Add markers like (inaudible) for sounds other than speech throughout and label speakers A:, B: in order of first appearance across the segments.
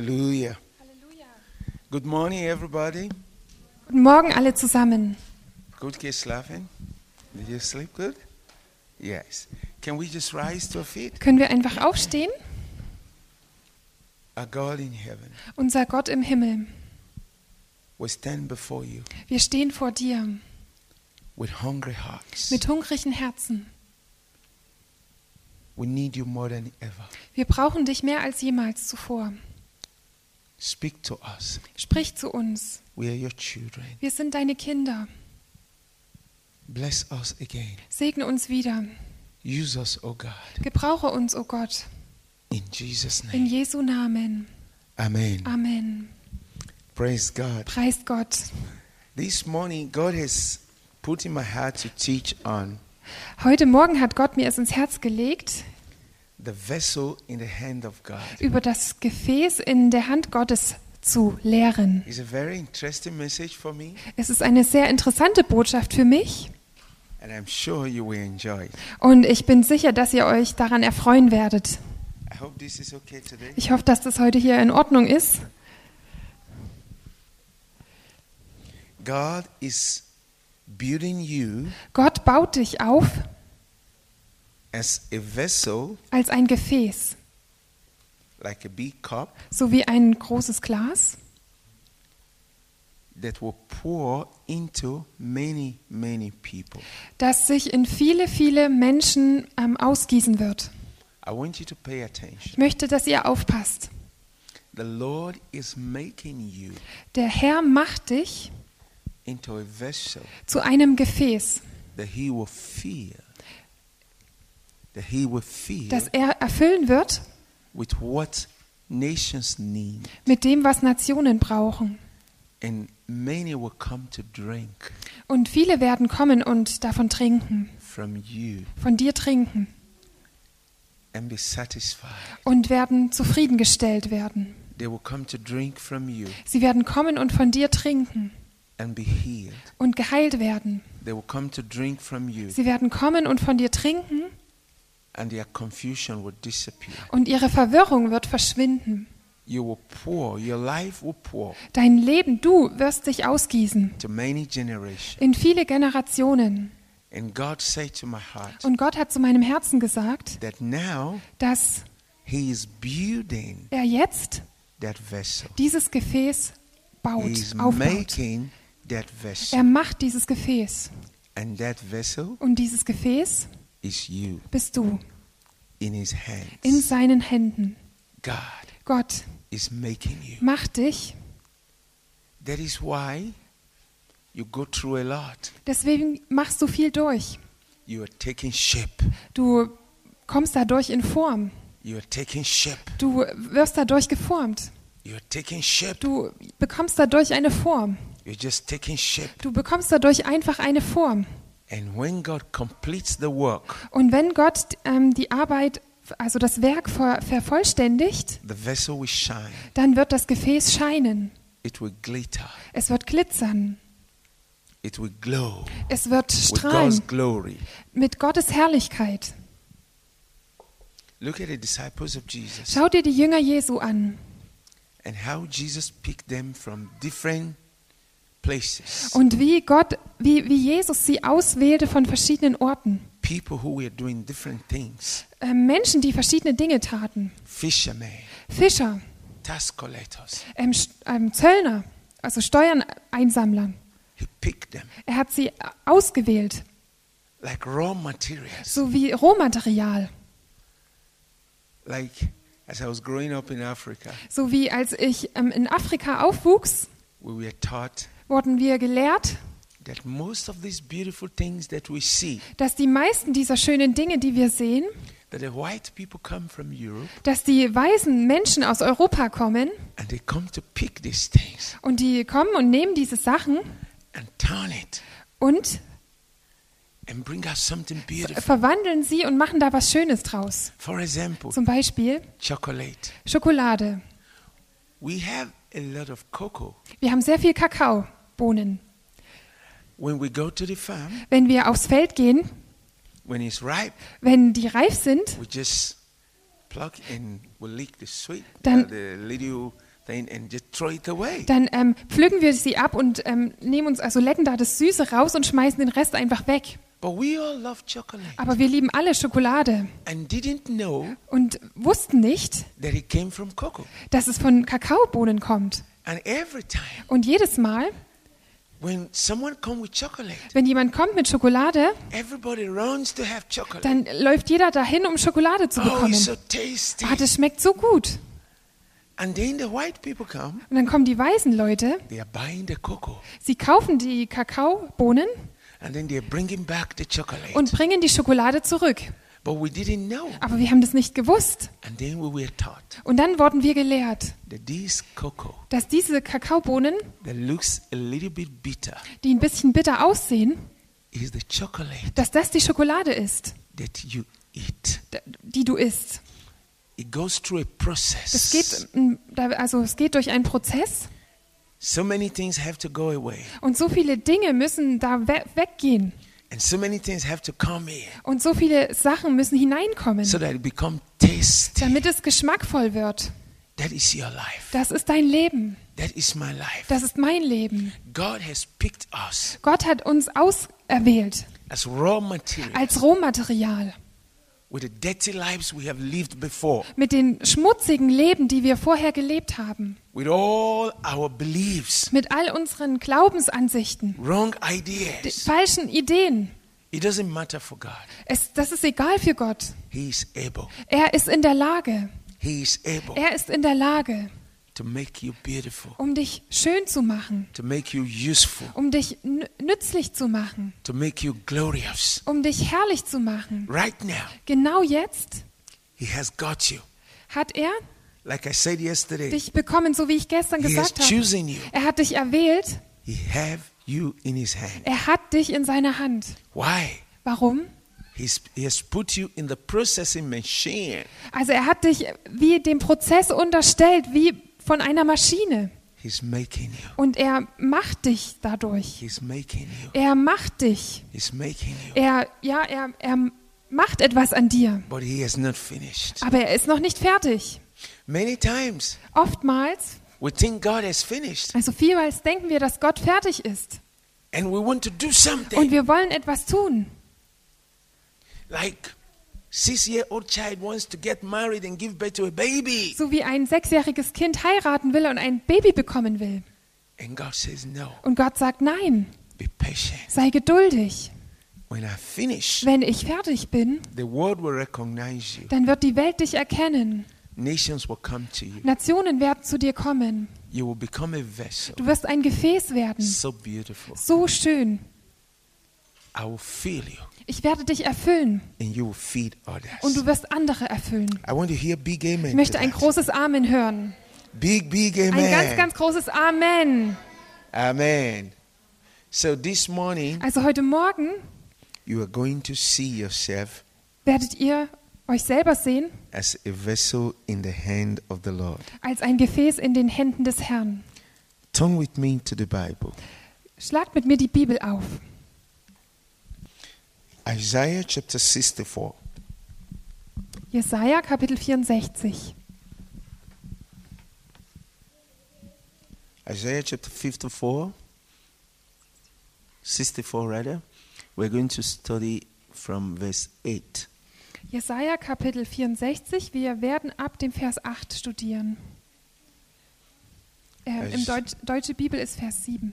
A: Hallelujah. Good morning, everybody.
B: Guten Morgen alle zusammen.
A: Good Slaven. Did you sleep good? Yes. Can we just rise to our feet?
B: Können wir einfach aufstehen?
A: Our God in heaven,
B: Unser Gott im Himmel,
A: we stand before you
B: wir stehen vor dir
A: with hungry hearts.
B: mit hungrigen Herzen.
A: We need you more than ever.
B: Wir brauchen dich mehr als jemals zuvor.
A: Speak to us.
B: Sprich zu uns.
A: We are your children.
B: Wir sind deine Kinder.
A: Bless us again.
B: Segne uns wieder.
A: Use us, O God.
B: Gebrauche uns, o Gott.
A: In Jesus'
B: In Ah.
A: name.
B: Jesu Namen.
A: Amen.
B: Amen.
A: Praise God.
B: Preist Gott.
A: This morning, God has put in my heart to teach on
B: Heute Morgen hat Gott mir es ins Herz gelegt,
A: the vessel in the hand of God.
B: über das Gefäß in der Hand Gottes zu lehren.
A: It's a very interesting message for me,
B: Es ist eine sehr interessante Botschaft für mich
A: and I'm sure you will enjoy it.
B: und ich bin sicher, dass ihr euch daran erfreuen werdet.
A: I hope this is okay today.
B: Ich hoffe, dass das heute hier in Ordnung ist.
A: God is building you
B: Gott baut dich auf
A: as a vessel,
B: als ein Gefäß,
A: like a big cup,
B: so wie ein großes Glas,
A: that will pour into many, many people.
B: das sich in viele, viele Menschen ähm, ausgießen wird.
A: I want you to pay
B: Ich
A: attention.
B: möchte, dass ihr aufpasst.
A: The Lord is making you
B: Der Herr macht dich
A: into a vessel
B: zu einem Gefäß,
A: that He will fill, that He will fill
B: das er erfüllen wird
A: with what nations need.
B: mit dem, was Nationen brauchen.
A: and many will come to drink
B: Und viele werden kommen und davon trinken,
A: from you
B: von dir trinken
A: and be satisfied.
B: und werden zufriedengestellt werden.
A: They will come to drink from you
B: Sie werden kommen und von dir trinken
A: and be healed.
B: und geheilt werden.
A: They will come to drink from you
B: Sie werden kommen und von dir trinken
A: and their confusion will disappear.
B: und ihre Verwirrung wird verschwinden.
A: You will pour, your life will pour
B: Dein Leben, du wirst dich ausgießen
A: to many generations.
B: in viele Generationen.
A: And God said to my heart
B: Und Gott hat zu meinem Herzen gesagt,
A: that now
B: dass
A: He is building
B: er jetzt
A: that vessel.
B: dieses Gefäß
A: He
B: baut,
A: is
B: aufbaut.
A: making that vessel.
B: Er macht dieses Gefäß
A: And that vessel
B: und dieses Gefäß
A: is you
B: bist du
A: in His
B: in
A: hands.
B: seinen Händen.
A: God
B: Gott
A: is making you.
B: macht dich,
A: That is why you go through a lot.
B: deswegen machst du viel durch.
A: You are taking shape.
B: Du kommst dadurch in Form.
A: You are taking shape.
B: Du wirst dadurch geformt.
A: You are taking shape.
B: Du bekommst dadurch eine Form.
A: You're just taking shape.
B: Du bekommst dadurch einfach eine Form.
A: And when God completes the work,
B: Und wenn Gott ähm, die Arbeit, also das Werk ver vervollständigt,
A: the vessel will shine.
B: dann wird das Gefäß scheinen.
A: It will glitter.
B: Es wird glitzern.
A: It will glow
B: Es wird
A: with God's
B: strahlen
A: glory.
B: mit Gottes Herrlichkeit.
A: Look at the disciples of Jesus
B: Schau dir die Jünger Jesu an
A: and how Jesus picked them from different places.
B: und wie Gott, wie, wie Jesus sie auswählte von verschiedenen Orten.
A: People who were doing different things.
B: Äh, Menschen, die verschiedene Dinge taten.
A: Fishermen,
B: Fischer,
A: tax collectors.
B: ähm, Sch- ähm, Zöllner, also Steuern-Einsammler.
A: He picked them
B: Er hat sie ausgewählt,
A: like raw materials.
B: so wie Rohmaterial.
A: like as I was growing up in Africa,
B: So wie als ich ähm, in Afrika aufwuchs,
A: we were taught
B: wurden wir gelehrt,
A: that most of these beautiful things that we see,
B: dass die meisten dieser schönen Dinge, die wir sehen,
A: that the white people come from Europe
B: dass die weißen Menschen aus Europa kommen
A: and they come to pick these things
B: und die kommen und nehmen diese Sachen
A: and turn it
B: und
A: and bring out something beautiful.
B: verwandeln sie und machen da was Schönes draus.
A: For example,
B: Zum Beispiel
A: chocolate.
B: Schokolade.
A: We have a lot of cocoa.
B: Wir haben sehr viel Kakaobohnen.
A: When we go to the farm,
B: Wenn wir aufs Feld gehen,
A: when it's ripe,
B: wenn die reif sind,
A: we just plug and we leak the sweet,
B: Dann-
A: uh, the little thing, and just throw it away.
B: dann ähm, pflücken wir sie ab und ähm, nehmen uns also lecken da das Süße raus und schmeißen den Rest einfach weg.
A: But we all love chocolate
B: Aber wir lieben alle Schokolade
A: and didn't know
B: und wussten nicht,
A: that it came from cocoa.
B: dass es von Kakaobohnen kommt.
A: And every time
B: Und jedes Mal,
A: when someone comes with chocolate,
B: wenn jemand kommt mit Schokolade,
A: everybody runs to have chocolate.
B: dann läuft jeder dahin, um Schokolade zu
A: Oh, it's
B: bekommen.
A: so tasty.
B: Ah, das schmeckt so gut.
A: And then the white people come,
B: Und dann kommen die weißen Leute,
A: they are buying the cocoa,
B: sie kaufen die Kakaobohnen
A: and then they're bringing back the chocolate.
B: und bringen die Schokolade zurück.
A: But we didn't know.
B: Aber wir haben das nicht gewusst.
A: And then we were taught
B: Und dann wurden wir gelehrt,
A: that this cocoa
B: dass diese Kakaobohnen,
A: that looks a little bit bitter
B: die ein bisschen bitter aussehen,
A: is the chocolate
B: dass das die Schokolade ist,
A: that you eat.
B: d- die du isst.
A: It goes through a
B: Das
A: process.
B: geht, ähm, da- also es geht durch einen Prozess
A: So many things have to go away,
B: und so viele Dinge müssen da we weggehen
A: and so many things have to come in
B: und so viele Sachen müssen hineinkommen,
A: so that it become tasty.
B: damit es geschmackvoll wird.
A: That is your life.
B: Das ist dein Leben,
A: That is my life.
B: das ist mein Leben.
A: God has picked us
B: Gott hat uns auserwählt
A: as raw material
B: als Rohmaterial
A: with the dirty lives we have lived before,
B: mit den schmutzigen Leben, die wir vorher gelebt haben.
A: with all our beliefs,
B: mit all unseren Glaubensansichten,
A: wrong
B: die
A: ideas.
B: falschen Ideen.
A: It doesn't matter for God.
B: Es, das ist egal für Gott.
A: He is able.
B: Er ist in der Lage.
A: He is able
B: Er ist in der Lage,
A: to make you beautiful,
B: um dich schön zu machen,
A: to make you useful,
B: um dich nü- nützlich zu machen,
A: to make you glorious.
B: um dich herrlich zu machen.
A: Right now,
B: Genau jetzt
A: He has got you.
B: hat er
A: Like I said yesterday,
B: dich bekommen, so wie ich gestern
A: He has
B: gesagt habe.
A: chosen you.
B: Er hat dich erwählt.
A: He have you in His hand.
B: Er hat dich in seiner Hand.
A: Why?
B: Warum?
A: He's, he has put you in the processing machine.
B: Also er hat dich wie dem Prozess unterstellt, wie von einer Maschine.
A: He's making you.
B: Und er macht dich dadurch.
A: He's making you.
B: Er macht dich.
A: He's making you.
B: Er, ja, er, er macht etwas an dir.
A: But He has not finished.
B: Aber er ist noch nicht fertig.
A: Many times
B: Oftmals,
A: we think God has finished
B: also vielmals denken wir, dass Gott fertig ist.
A: and we want to do
B: Und
A: something.
B: wir wollen etwas tun.
A: Like six year old child wants to get married and give birth to a baby.
B: So wie ein sechsjähriges Kind heiraten will und ein Baby bekommen will.
A: And God says, No,
B: Und Gott sagt, nein,
A: be patient.
B: sei geduldig.
A: When I finish,
B: Wenn ich fertig bin,
A: the world will recognize you.
B: dann wird die Welt dich erkennen.
A: Nations will come to you.
B: Nationen werden zu dir kommen.
A: You will become a vessel.
B: Du wirst ein Gefäß werden.
A: So beautiful.
B: So schön.
A: I will fill you
B: Ich werde dich erfüllen.
A: and you will feed
B: und
A: others.
B: du wirst andere erfüllen.
A: I want to hear big amen.
B: Ich
A: to
B: möchte ein
A: that.
B: großes Amen hören.
A: big, big
B: Ein ganz,
A: amen.
B: ganz großes Amen.
A: Amen. So this morning,
B: Also heute Morgen
A: you are going to see yourself
B: werdet ihr euch selber sehen
A: as a vessel in the hand of the Lord.
B: als ein Gefäß in den Händen des Herrn.
A: Turn with me to the Bible.
B: Schlagt mit mir die Bibel auf.
A: Isaiah chapter 64.
B: Jesaja Kapitel 64.
A: Isaiah chapter 54, 64 rather, we're going to study from verse 8.
B: Jesaja Kapitel 64. Wir werden ab dem Vers 8 studieren. Äh, Im
A: Es-
B: Deutsch, Deutsche Bibel ist Vers 7.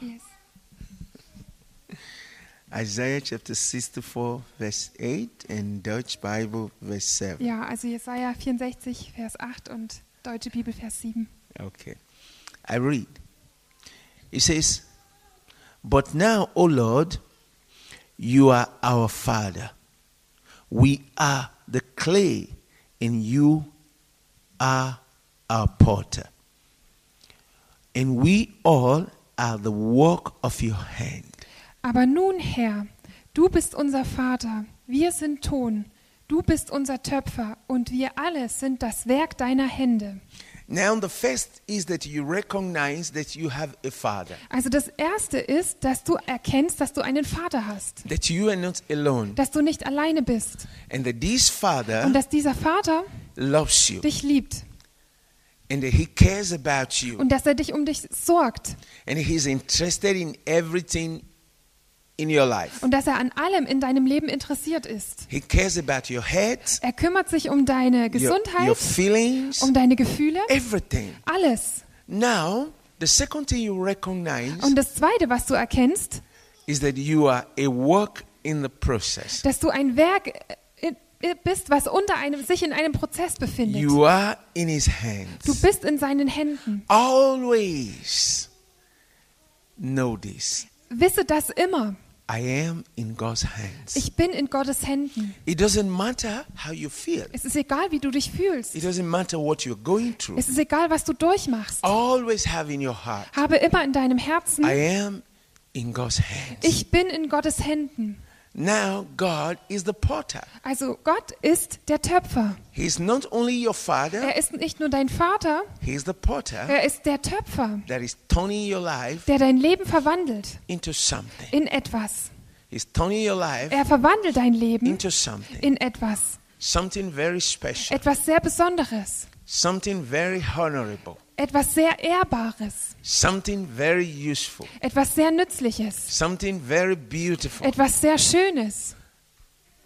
B: Yes.
A: Isaiah chapter 64, verse 8, and Dutch Bible, verse 7.
B: Ja, also Jesaja 64, Vers 8 und Deutsche Bibel Vers 7.
A: Okay. I read. It says, But now, O Lord, you are our Father. We are the clay, and you are our potter. And we all are the work of your hand.
B: Aber nun, Herr, du bist unser Vater, wir sind Ton, du bist unser Töpfer und wir alle sind das Werk deiner Hände.
A: Now, the first is that you recognize that you have a father,
B: Also das Erste ist, dass du erkennst, dass du einen Vater hast,
A: that you are not alone,
B: dass du nicht alleine bist
A: and that this
B: und
A: father
B: dass dieser Vater
A: loves you,
B: dich liebt
A: and that he cares about you,
B: und dass er dich um dich sorgt
A: and he's interested in everything in your life.
B: und dass er an allem in deinem Leben interessiert ist.
A: He cares about your head,
B: Er kümmert sich um
A: your,
B: deine
A: your
B: Gesundheit,
A: feelings,
B: um deine Gefühle,
A: everything.
B: alles.
A: Now, the second thing you recognize
B: Und das Zweite, was du erkennst,
A: is that you are a work in the process.
B: dass du ein Werk äh, äh, bist, was unter einem, sich in einem Prozess befindet.
A: You are in his
B: Du
A: hands.
B: bist in seinen Händen.
A: Always know this.
B: Wisse das immer.
A: I am in God's hands.
B: Ich bin in Gottes Händen.
A: It doesn't matter how you feel.
B: Es ist egal, wie du dich fühlst.
A: It doesn't matter what you're going through.
B: Es ist egal, was du durchmachst.
A: Always have in your heart.
B: Habe immer in deinem Herzen,
A: I am in God's hands.
B: ich bin in Gottes Händen.
A: Now God is the potter.
B: Also Gott ist der Töpfer.
A: He's not only your father,
B: Er ist nicht nur dein Vater,
A: he's the potter
B: er ist der Töpfer,
A: that is turning your life
B: der dein Leben verwandelt
A: into something.
B: in etwas.
A: He's turning your life
B: Er verwandelt dein Leben
A: into something.
B: in etwas.
A: Something very special.
B: Etwas sehr Besonderes.
A: Something very honorable.
B: Etwas sehr Ehrbares.
A: Something very useful.
B: Etwas sehr Nützliches.
A: Something very beautiful.
B: Etwas sehr Schönes.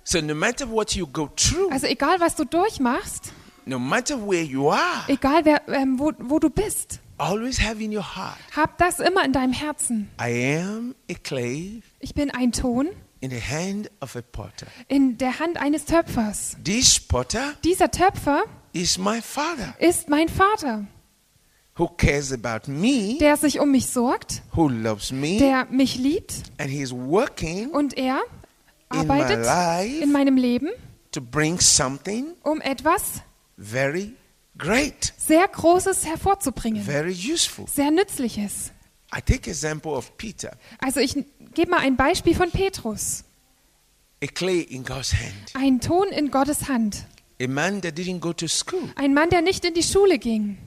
A: So no matter what you go through,
B: Also egal, was du durchmachst,
A: no matter where you are,
B: egal, wer, ähm, wo, wo du bist,
A: always have in your heart,
B: Hab das immer in deinem Herzen.
A: I am a clay
B: Ich bin ein Ton
A: in the hand of a potter.
B: in der Hand eines Töpfers.
A: This potter
B: Dieser Töpfer
A: is my father
B: ist mein Vater,
A: who cares about me,
B: der sich um mich sorgt,
A: who loves me,
B: der mich liebt
A: and he's working
B: und er
A: in my
B: arbeitet
A: life
B: in meinem Leben,
A: to bring something
B: um etwas
A: very great,
B: sehr Großes hervorzubringen,
A: very useful.
B: sehr Nützliches.
A: I take example of Peter,
B: Also ich gebe mal ein Beispiel von Petrus.
A: a clay in God's hand,
B: Ein Ton in Gottes Hand.
A: a man that didn't go to school,
B: Ein Mann, der nicht in die Schule ging,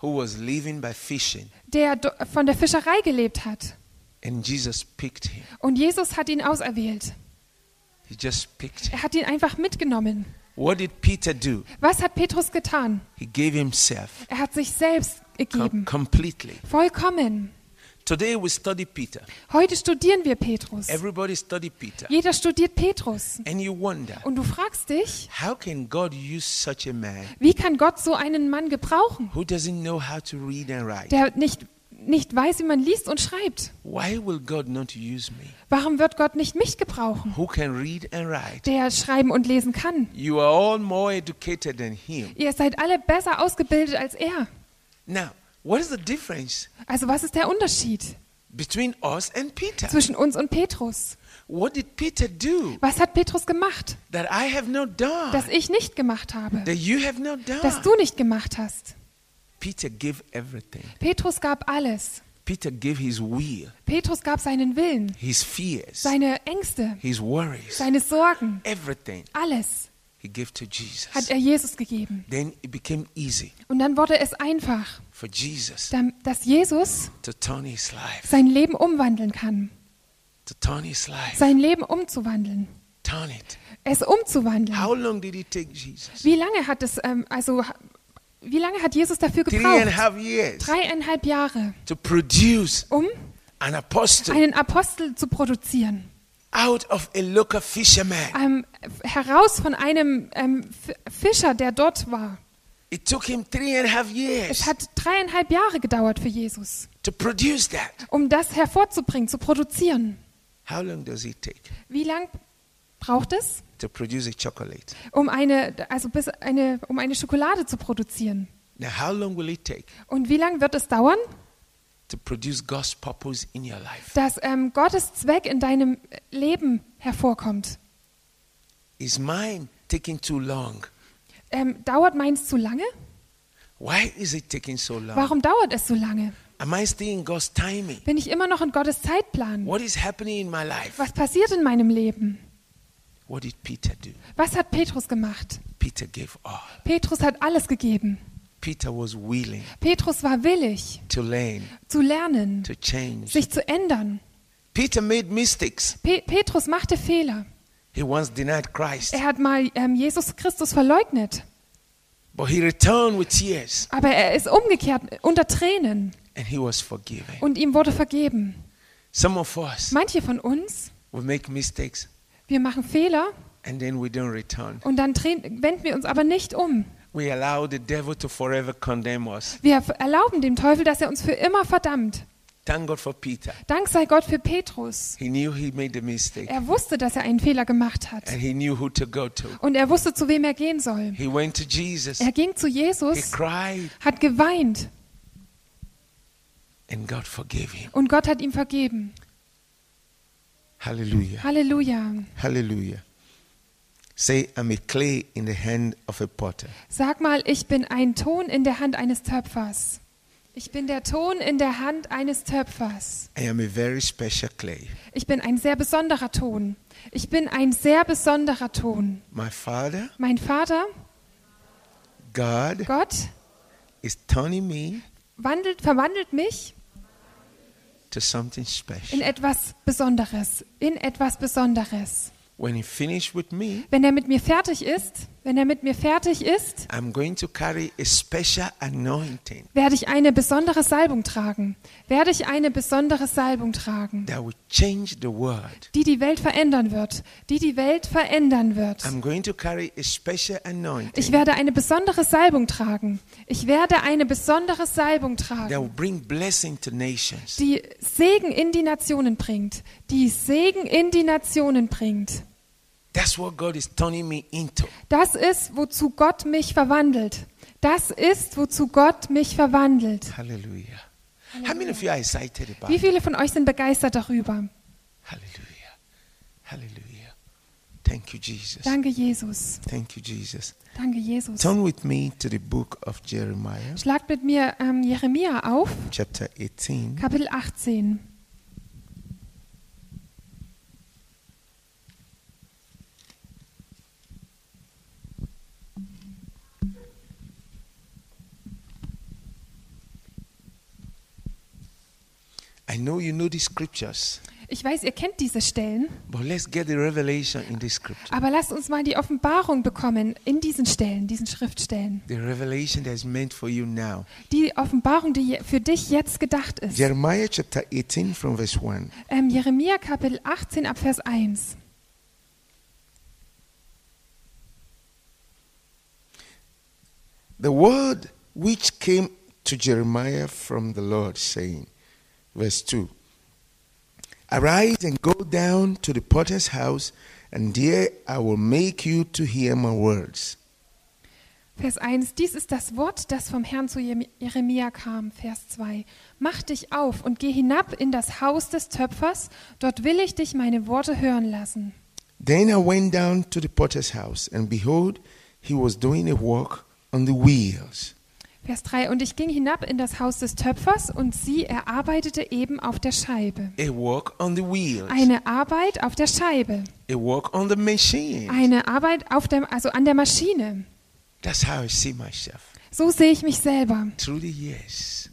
A: who was living by fishing,
B: der do- von der Fischerei gelebt hat.
A: and Jesus picked him.
B: Und Jesus hat ihn auserwählt.
A: He just picked him.
B: Er hat ihn einfach mitgenommen.
A: What did Peter do?
B: Was hat Petrus getan?
A: He gave himself
B: Er hat sich selbst
A: com-
B: gegeben.
A: completely.
B: Vollkommen.
A: Today we study Peter.
B: Heute studieren wir Petrus.
A: Everybody study Peter,
B: Jeder studiert Petrus.
A: and you wonder
B: Und du fragst dich,
A: how can God use such a man
B: wie kann Gott so einen Mann gebrauchen,
A: who doesn't know how to read and write?
B: der nicht, nicht weiß, wie man liest und schreibt?
A: Why will God not use me?
B: Warum wird Gott nicht mich gebrauchen,
A: Who can read and write?
B: der schreiben und lesen kann?
A: You are all more educated than him.
B: Ihr seid alle besser ausgebildet als er.
A: Now, what is the difference
B: Also was ist der Unterschied
A: between us and Peter?
B: zwischen uns und Petrus?
A: What did Peter do
B: Was hat Petrus gemacht,
A: that I have not
B: das
A: done?
B: ich nicht gemacht habe,
A: That you have not
B: das
A: done?
B: du nicht gemacht hast?
A: Peter gave everything.
B: Petrus gab alles.
A: Peter gave his will,
B: Petrus gab seinen Willen,
A: his fears,
B: seine Ängste,
A: his worries,
B: seine Sorgen,
A: everything
B: alles
A: he gave to
B: hat
A: Jesus.
B: er Jesus gegeben.
A: Then it became easy
B: Und dann wurde es einfach,
A: for Jesus
B: dam- dass Jesus
A: to turn his life,
B: sein Leben umwandeln kann,
A: to turn his life,
B: sein Leben umzuwandeln,
A: turn it.
B: es umzuwandeln.
A: How long did it take Jesus?
B: Wie lange hat es, ähm, also ha- wie lange hat Jesus dafür
A: Three and a
B: gebraucht?
A: half years
B: Dreieinhalb Jahre,
A: to produce
B: um
A: an apostle
B: einen Apostel zu produzieren,
A: out of a local fisherman.
B: ähm, f- heraus von einem ähm, F- Fischer, der dort war.
A: It took him three and a half
B: Es
A: years
B: hat dreieinhalb Jahre gedauert für Jesus.
A: to produce that.
B: um das hervorzubringen, zu produzieren.
A: How long does it take
B: Wie lang braucht es,
A: to produce a chocolate?
B: um eine, also bis eine, um eine Schokolade zu produzieren?
A: Now, how long will it take
B: Und wie lang wird es dauern,
A: to produce God's purpose in your life?
B: dass ähm, Gottes Zweck in deinem Leben hervorkommt?
A: Is mine taking too long?
B: Ähm, dauert meins zu lange?
A: Why is it taking so long?
B: Warum dauert es so lange?
A: Am I still in God's timing?
B: Bin ich immer noch in Gottes Zeitplan?
A: What is happening in my life?
B: Was passiert in meinem Leben?
A: What did Peter do?
B: Was hat Petrus gemacht?
A: Peter gave all.
B: Petrus hat alles gegeben.
A: Peter was willing
B: Petrus war willig
A: to learn,
B: zu lernen,
A: to change.
B: sich zu ändern.
A: Peter made mistakes.
B: Pe Petrus machte Fehler.
A: He once denied Christ,
B: Er hat mal ähm, Jesus Christus verleugnet,
A: but he returned with tears
B: aber er ist umgekehrt unter Tränen
A: and he was forgiven.
B: und ihm wurde vergeben.
A: Some of us,
B: Manche von uns,
A: we make mistakes
B: wir machen Fehler
A: and then we don't return.
B: und dann drehen- wenden wir uns aber nicht um.
A: We allow the devil to forever condemn us.
B: Wir f- erlauben dem Teufel, dass er uns für immer verdammt.
A: Thank God for Peter.
B: Dank sei Gott für Petrus.
A: He knew he made a mistake
B: Er wusste, dass er einen Fehler gemacht hat
A: and he knew who to go to.
B: und er wusste, zu wem er gehen soll.
A: He went to Jesus.
B: Er ging zu
A: He
B: Jesus,
A: cried
B: hat geweint
A: and God forgave him.
B: und Gott hat ihm vergeben.
A: Hallelujah.
B: Halleluja.
A: Hallelujah. Say, I'm a clay in the hand of a potter.
B: Sag mal, ich bin ein Ton in der Hand eines Töpfers. Ich bin der Ton in der Hand eines Töpfers.
A: I am a very special clay.
B: Ich bin ein sehr besonderer Ton. Ich bin ein sehr besonderer Ton.
A: My Father,
B: Mein Vater,
A: God,
B: Gott,
A: is turning me
B: wandelt, verwandelt mich
A: to something
B: in
A: special.
B: etwas Besonderes, in etwas Besonderes.
A: When He finished with me,
B: Wenn er mit mir fertig ist, wenn er mit mir fertig ist,
A: I'm going to carry a special anointing
B: werde ich eine besondere Salbung tragen. Werde ich eine besondere Salbung tragen,
A: that will change the world.
B: die die Welt verändern wird, die die Welt verändern wird.
A: I'm going to carry a special
B: Ich
A: anointing
B: werde eine besondere Salbung tragen. Ich werde eine besondere Salbung
A: that will
B: tragen,
A: bring blessing to nations.
B: die Segen in die Nationen bringt, die Segen in die Nationen bringt.
A: That's what God is turning me into.
B: Das ist, wozu Gott mich verwandelt. Das ist, wozu Gott mich verwandelt.
A: Hallelujah. How many of you are excited about
B: Wie
A: it?
B: viele von euch sind begeistert darüber?
A: Hallelujah. Hallelujah. Thank you, Jesus.
B: Danke, Jesus.
A: Thank you, Jesus.
B: Danke, Jesus.
A: Turn with me to the book of Jeremiah,
B: Schlagt mit mir ähm, Jeremia auf,
A: chapter 18.
B: Kapitel 18.
A: I know you know the scriptures,
B: Ich weiß, ihr kennt diese Stellen,
A: but let's get the revelation in the scripture.
B: aber lasst uns mal die Offenbarung bekommen in diesen Stellen, diesen Schriftstellen.
A: The revelation that is meant for you now.
B: Die Offenbarung, die je- für dich jetzt gedacht ist.
A: Jeremiah chapter 18 from verse 1.
B: Ähm, Jeremia Kapitel 18 ab Vers 1.
A: The word which came to Jeremiah from the Lord, saying, verse 2 Arise and go down to the potter's house, and there I will make you to hear my words.
B: Vers 1. Dies ist das Wort, das vom Herrn zu Jem- Jeremia kam. Vers 2. Mach dich auf und geh hinab in das Haus des Töpfers. Dort will ich dich meine Worte hören lassen.
A: Then I went down to the potter's house, and behold, he was doing a work on the wheels.
B: Vers 3. Und ich ging hinab in das Haus des Töpfers und sie, er arbeitete eben auf der Scheibe.
A: A work on the wheels.
B: Eine Arbeit auf der Scheibe.
A: A work on the machine.
B: Eine Arbeit auf dem, also an der Maschine.
A: That's how I see myself
B: So sehe ich mich selber.
A: through the years.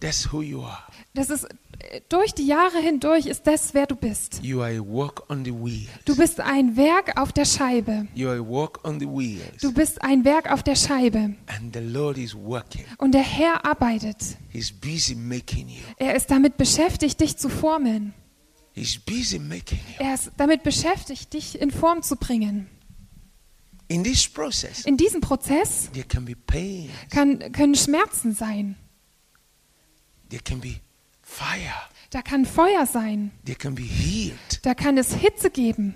A: That's who you are.
B: Das ist äh, durch die Jahre hindurch ist das, wer du bist.
A: You are a work on the wheels.
B: Du bist ein Werk auf der Scheibe.
A: You are a work on the wheels.
B: Du bist ein Werk auf der Scheibe.
A: And the Lord is working.
B: Und der Herr arbeitet.
A: He's busy making you.
B: Er ist damit beschäftigt, dich zu formen.
A: He's busy making you.
B: Er ist damit beschäftigt, dich in Form zu bringen.
A: In this process,
B: In diesem Prozess
A: there can be pain,
B: kann, können Schmerzen sein.
A: there can be fire,
B: Da kann Feuer sein.
A: there can be heat.
B: Da kann es Hitze geben.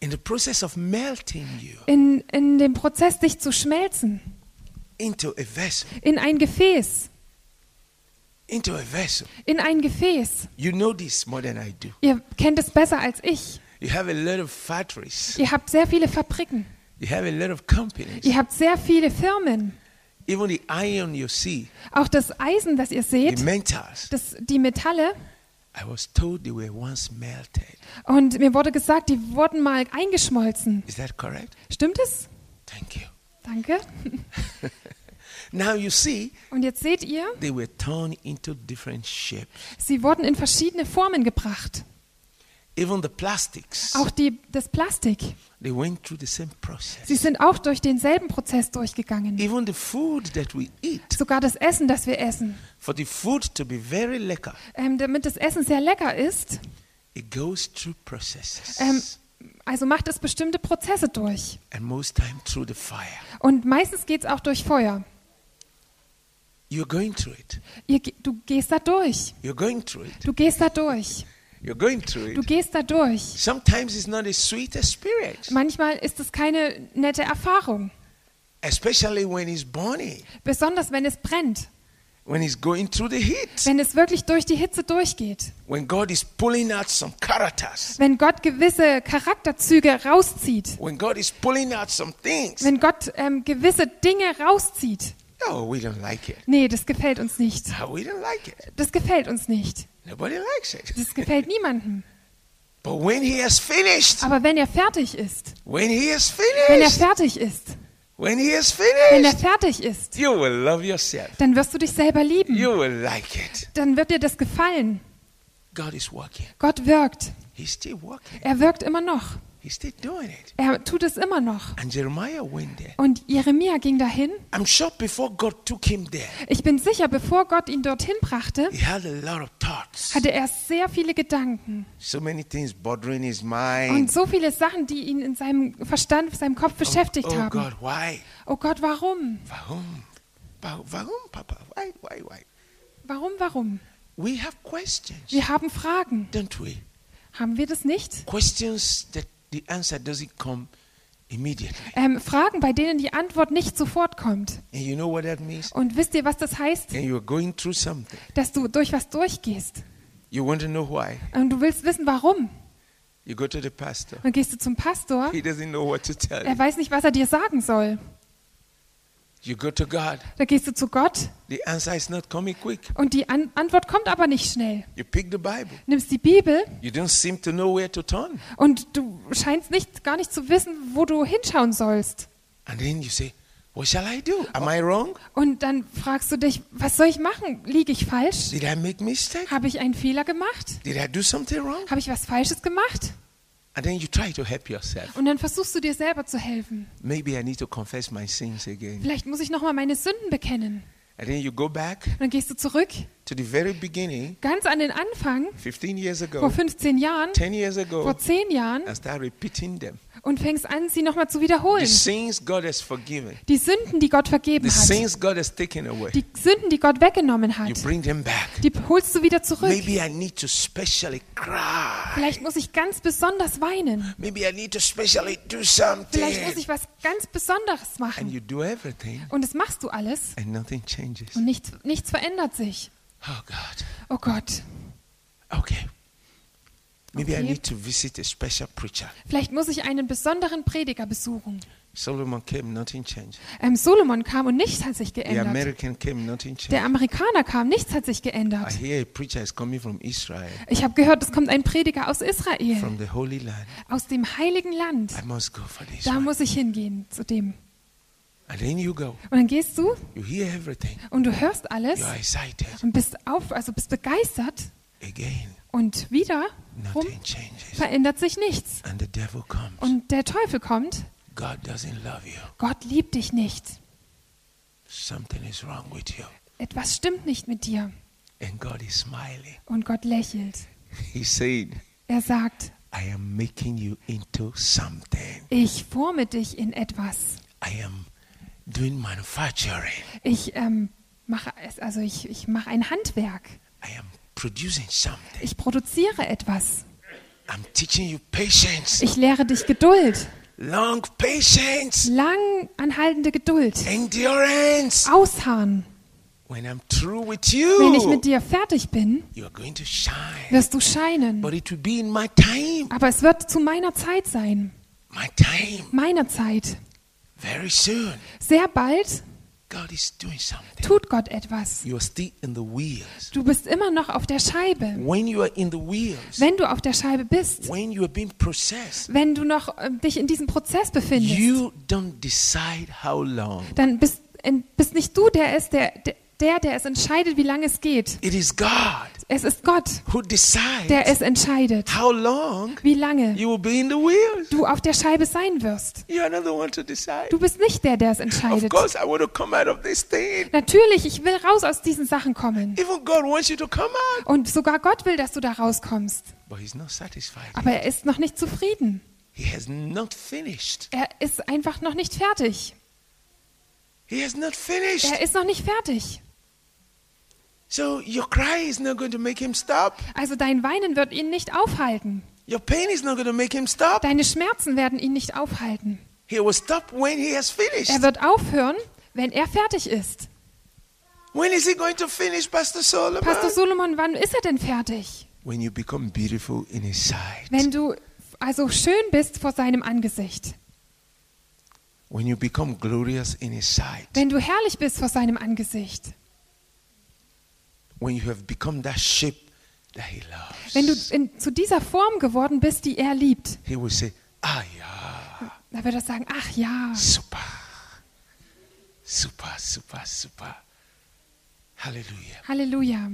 A: In the process of melting you
B: In, in dem Prozess, dich zu schmelzen.
A: into a vessel,
B: In ein Gefäß.
A: into a vessel.
B: In ein Gefäß.
A: You know this more than I do.
B: Ihr kennt es besser als ich.
A: You have a lot of factories,
B: Ihr habt sehr viele Fabriken.
A: you have a lot of companies.
B: Ihr habt sehr viele Firmen.
A: Even the iron you see,
B: Auch das Eisen, das ihr
A: the
B: seht,
A: metals,
B: das, die Metalle.
A: I was told they were once melted.
B: Und mir wurde gesagt, die wurden mal eingeschmolzen.
A: Is that correct?
B: Stimmt es?
A: Thank you.
B: Danke.
A: Now you see,
B: Und jetzt seht ihr,
A: they were turned into different shapes.
B: sie wurden in verschiedene Formen gebracht.
A: Even the plastics,
B: Auch die, das Plastik.
A: they went through the same process.
B: Sie sind auch durch denselben Prozess durchgegangen.
A: Even the food that we eat,
B: Sogar das Essen, das wir essen.
A: for the food to be very lecker,
B: Ähm, damit das Essen sehr lecker ist,
A: it goes through processes.
B: ähm, also macht es bestimmte Prozesse durch.
A: and most time through the fire.
B: Und meistens geht es auch durch Feuer.
A: You're going through it.
B: Ihr, ge- du gehst da durch.
A: You're going through it.
B: Du gehst da durch.
A: You're going through
B: Du
A: it.
B: gehst da durch.
A: Sometimes it's not a sweet experience,
B: Manchmal ist es keine nette Erfahrung.
A: especially when it's burning,
B: Besonders wenn es brennt.
A: when it's going through the heat,
B: Wenn es wirklich durch die Hitze durchgeht.
A: when God is pulling out some characters,
B: Wenn Gott gewisse Charakterzüge rauszieht.
A: when God is pulling out some things.
B: Wenn Gott ähm, gewisse Dinge rauszieht.
A: No, we don't like it.
B: Nee, das gefällt uns nicht.
A: No, we don't like it.
B: Das gefällt uns nicht.
A: Nobody likes it.
B: Das gefällt niemandem.
A: But when He has finished,
B: Aber wenn er fertig ist,
A: when He has
B: wenn er
A: finished,
B: fertig ist,
A: when He has
B: wenn er
A: finished,
B: fertig ist,
A: you will love yourself.
B: dann wirst du dich selber lieben.
A: You will like it.
B: Dann wird dir das gefallen.
A: God is working.
B: Gott wirkt.
A: He's still working.
B: Er wirkt immer noch.
A: He's still doing it.
B: Er tut es immer noch.
A: And Jeremiah went there.
B: Und Jeremia ging dahin.
A: I'm sure before God took him there,
B: Ich bin sicher, bevor Gott ihn dorthin brachte,
A: he had a lot of thoughts.
B: hatte er sehr viele Gedanken
A: So many things bothering his
B: und
A: mind.
B: so viele Sachen, die ihn in seinem Verstand, seinem Kopf beschäftigt
A: oh
B: haben.
A: God, why?
B: Oh Gott, warum?
A: Warum? Wa- Warum, Papa? Why, why, why?
B: Warum, warum?
A: We have questions,
B: Wir haben Fragen.
A: don't we?
B: Haben wir das nicht?
A: Questions that the answer doesn't come immediately.
B: Ähm, Fragen, bei denen die Antwort nicht sofort kommt.
A: And you know what that means?
B: Und wisst ihr, was das heißt?
A: And you're going through something.
B: Dass du durch was durchgehst.
A: You want to know why?
B: Und du willst wissen, warum.
A: You go to the pastor.
B: Dann gehst du zum Pastor.
A: He doesn't know what to tell you.
B: Er weiß nicht, was er dir sagen soll.
A: You go to God.
B: Dann gehst du zu Gott
A: The answer is not coming quick.
B: und die An Antwort kommt aber nicht schnell.
A: You pick the Bible.
B: Nimmst die Bibel
A: You don't seem to know where to turn.
B: und du scheinst nicht, gar nicht zu wissen, wo du hinschauen sollst.
A: And then you say, What shall I do? Am I wrong?
B: Und dann fragst du dich, was soll ich machen? Liege ich falsch?
A: Did I make mistake?
B: Habe ich einen Fehler gemacht?
A: Did I do something wrong?
B: Habe ich was Falsches gemacht?
A: And then you try to help yourself.
B: Und dann versuchst du dir selber zu helfen.
A: Maybe I need to confess my sins again.
B: Vielleicht muss ich nochmal meine Sünden bekennen.
A: And then you go back
B: Und dann gehst du zurück,
A: to the very beginning,
B: ganz an den Anfang,
A: 15 years
B: vor
A: ago,
B: 15 Jahren,
A: 10 years ago,
B: vor 10 Jahren,
A: and start repeating them.
B: und fängst an, sie nochmal zu
A: The
B: wiederholen.
A: sins God has forgiven,
B: Die Sünden, die Gott vergeben
A: the
B: hat.
A: sins God has taken away,
B: Die Sünden, die Gott weggenommen
A: you
B: hat.
A: bring them back.
B: Die holst du wieder zurück.
A: Maybe I need to specially cry.
B: Vielleicht muss ich ganz besonders weinen.
A: Maybe I need to specially do
B: Vielleicht muss
A: something.
B: ich was ganz Besonderes
A: And
B: machen.
A: you do everything,
B: Und das machst du alles
A: and nothing changes.
B: und nichts, nichts verändert sich.
A: Oh, God.
B: Oh Gott,
A: Okay. Maybe I
B: Okay.
A: need to visit a special preacher.
B: vielleicht muss ich einen besonderen Prediger besuchen.
A: Solomon came, nothing changed.
B: Ähm, Solomon kam und nichts hat sich
A: The
B: geändert.
A: American came, nothing changed.
B: Der Amerikaner kam, nichts hat sich
A: I
B: geändert.
A: hear a preacher is coming from Israel,
B: Ich habe gehört, es kommt ein Prediger aus Israel,
A: from the Holy Land.
B: aus dem heiligen Land.
A: I must go for this.
B: Da
A: one.
B: muss ich hingehen zu dem.
A: And then you go.
B: Und dann gehst du
A: You hear everything.
B: und du hörst alles
A: You are excited.
B: und bist auf, also bist begeistert
A: Again,
B: und wieder rum
A: nothing changes.
B: verändert sich nichts.
A: And the devil comes.
B: Und der Teufel kommt,
A: God doesn't love you.
B: Gott liebt dich nicht.
A: Something is wrong with you.
B: Etwas stimmt nicht mit dir.
A: And God is smiling.
B: Und Gott lächelt.
A: He said,
B: Er sagt,
A: I am making you into something.
B: ich forme dich in etwas.
A: I am doing manufacturing.
B: Ich ähm, mache es, also ich, ich mache ein Handwerk.
A: I am producing something.
B: Ich produziere etwas.
A: I'm teaching you patience,
B: Ich lehre dich Geduld.
A: long patience,
B: Lang anhaltende Geduld.
A: endurance.
B: Ausharren.
A: When I'm through with
B: Wenn ich mit
A: you,
B: dir fertig bin,
A: you're going to shine.
B: wirst du scheinen.
A: But it will be in my time,
B: Aber es wird zu meiner Zeit sein.
A: my time,
B: Meiner Zeit.
A: very soon.
B: Sehr bald
A: God is doing something.
B: tut Gott etwas.
A: You are still in the wheels.
B: Du bist immer noch auf der Scheibe.
A: When you are in the wheels,
B: Wenn du auf der Scheibe bist,
A: when you are being processed,
B: wenn du noch äh, dich in diesem Prozess befindest,
A: you don't decide how long.
B: dann bist, en- bist nicht du, der ist, der, der- der, der es entscheidet, wie lange es geht.
A: It is God
B: Es ist Gott,
A: who decides
B: der es entscheidet,
A: how long
B: wie lange
A: you will be in the wheels.
B: du auf der Scheibe sein wirst.
A: You are not the one to decide.
B: Du bist nicht der, der es
A: Of
B: entscheidet.
A: course, I want to come out of this thing.
B: Natürlich, ich will raus aus diesen Sachen kommen.
A: Even God wants you to come out.
B: Und sogar Gott will, dass du da rauskommst.
A: But He's not satisfied.
B: Aber er ist noch nicht zufrieden.
A: He has not finished.
B: Er ist einfach noch nicht fertig.
A: He has not finished.
B: Er ist noch nicht fertig.
A: So your cry is not going to make Him stop.
B: Also dein Weinen wird ihn nicht aufhalten.
A: Your pain is not going to make Him stop.
B: Deine Schmerzen werden ihn nicht aufhalten.
A: He will stop when He has finished.
B: Er wird aufhören, wenn er fertig ist.
A: When is He going to finish, Pastor Solomon?
B: Pastor Solomon, wann ist er denn fertig?
A: when you become beautiful in His sight.
B: Wenn du also schön bist vor seinem Angesicht.
A: when you become glorious in His sight.
B: Wenn du herrlich bist vor seinem Angesicht.
A: when you have become that shape that He loves.
B: Wenn du in, zu dieser Form geworden bist, die er liebt.
A: he will say, Ah, yeah.
B: Da wird er sagen, ach ja,
A: Super. Super, super, super. Hallelujah.
B: Halleluja.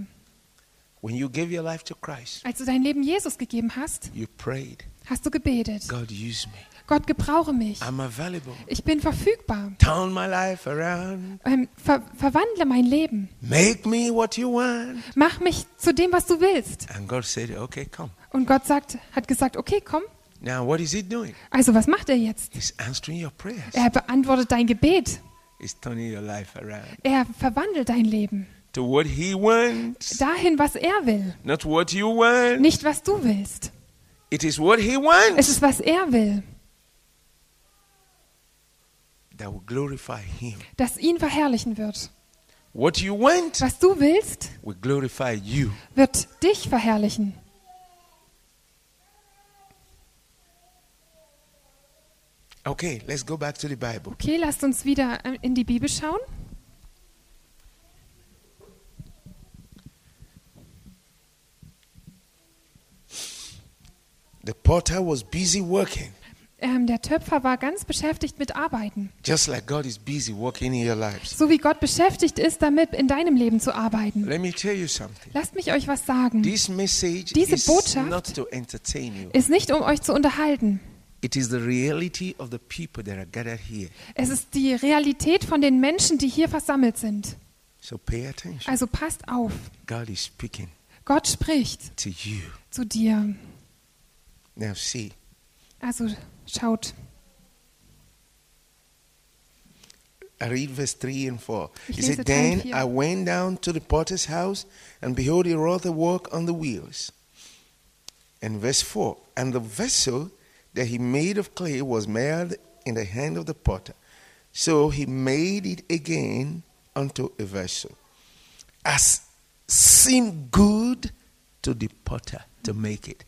A: When you gave your life to Christ,
B: Als du dein Leben Jesus gegeben hast,
A: you prayed,
B: hast du gebetet.
A: God, use me.
B: Gott, gebrauche mich.
A: I'm available.
B: Ich bin verfügbar.
A: Turn my life around.
B: Ähm, ver verwandle mein Leben.
A: Make me what you want.
B: Mach mich zu dem, was du willst.
A: And God said, Okay, come.
B: Und Gott sagt, hat gesagt, okay, komm.
A: Now, what is He doing?
B: Also was macht er jetzt?
A: He's answering your prayers,
B: Er beantwortet dein Gebet.
A: He's turning your life around
B: Er verwandelt dein Leben
A: to what He wants,
B: dahin, was er will,
A: not what you want.
B: nicht was du willst.
A: It is what He
B: Es
A: wants
B: ist, was er will,
A: that will glorify Him.
B: das ihn verherrlichen wird.
A: What you want
B: Was du willst,
A: will glorify you.
B: wird dich verherrlichen.
A: Okay, let's go back to the Bible.
B: Okay, lasst uns wieder ähm, in die Bibel schauen.
A: The potter was busy working,
B: Ähm, der Töpfer war ganz beschäftigt mit Arbeiten.
A: just like God is busy working in your lives.
B: So wie Gott beschäftigt ist, damit in deinem Leben zu arbeiten.
A: Let me tell you something.
B: Lasst mich euch was sagen.
A: This message
B: Diese
A: is
B: Botschaft-
A: not to entertain you.
B: Ist nicht, um euch zu unterhalten.
A: It is the reality of the people that are gathered here.
B: Es ist die Realität von den Menschen, die hier versammelt sind.
A: So pay attention.
B: Also passt auf.
A: God is speaking
B: Gott spricht
A: to you.
B: zu dir.
A: Now see,
B: Also schaut.
A: I read verse 3 and 4.
B: Ich
A: He
B: lese
A: said,
B: drei und
A: Then
B: vier.
A: I went down to the potter's house, and behold, he wrought the work on the wheels. And verse 4 And the vessel that he made of clay was made in the hand of the potter. So he made it again unto a vessel, as seemed good to the potter to make it.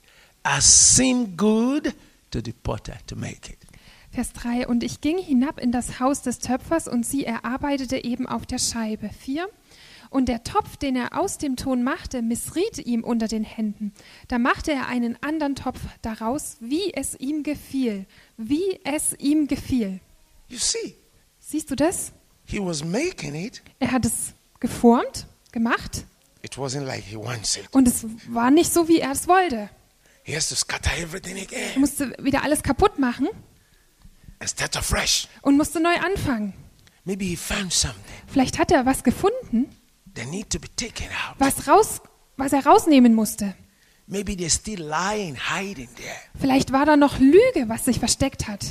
A: As seemed good to the potter to make it.
B: Vers 3. Und ich ging hinab in das Haus des Töpfers und sie erarbeitete eben auf der Scheibe. 4. Und der Topf, den er aus dem Ton machte, missriet ihm unter den Händen. Da machte er einen anderen Topf daraus, wie es ihm gefiel. Wie es ihm gefiel.
A: You see,
B: Siehst du das?
A: he was making it.
B: Er hat es geformt, gemacht
A: It wasn't like he wants it.
B: und es war nicht so, wie er es wollte.
A: He has to scatter everything
B: Er
A: again
B: musste wieder alles kaputt machen
A: and start afresh.
B: und musste neu anfangen.
A: Maybe he found something
B: Vielleicht hat er was gefunden,
A: that need to be taken out.
B: was, raus, was er rausnehmen musste.
A: Maybe they're still lying, hiding there.
B: Vielleicht war da noch Lüge, was sich versteckt hat.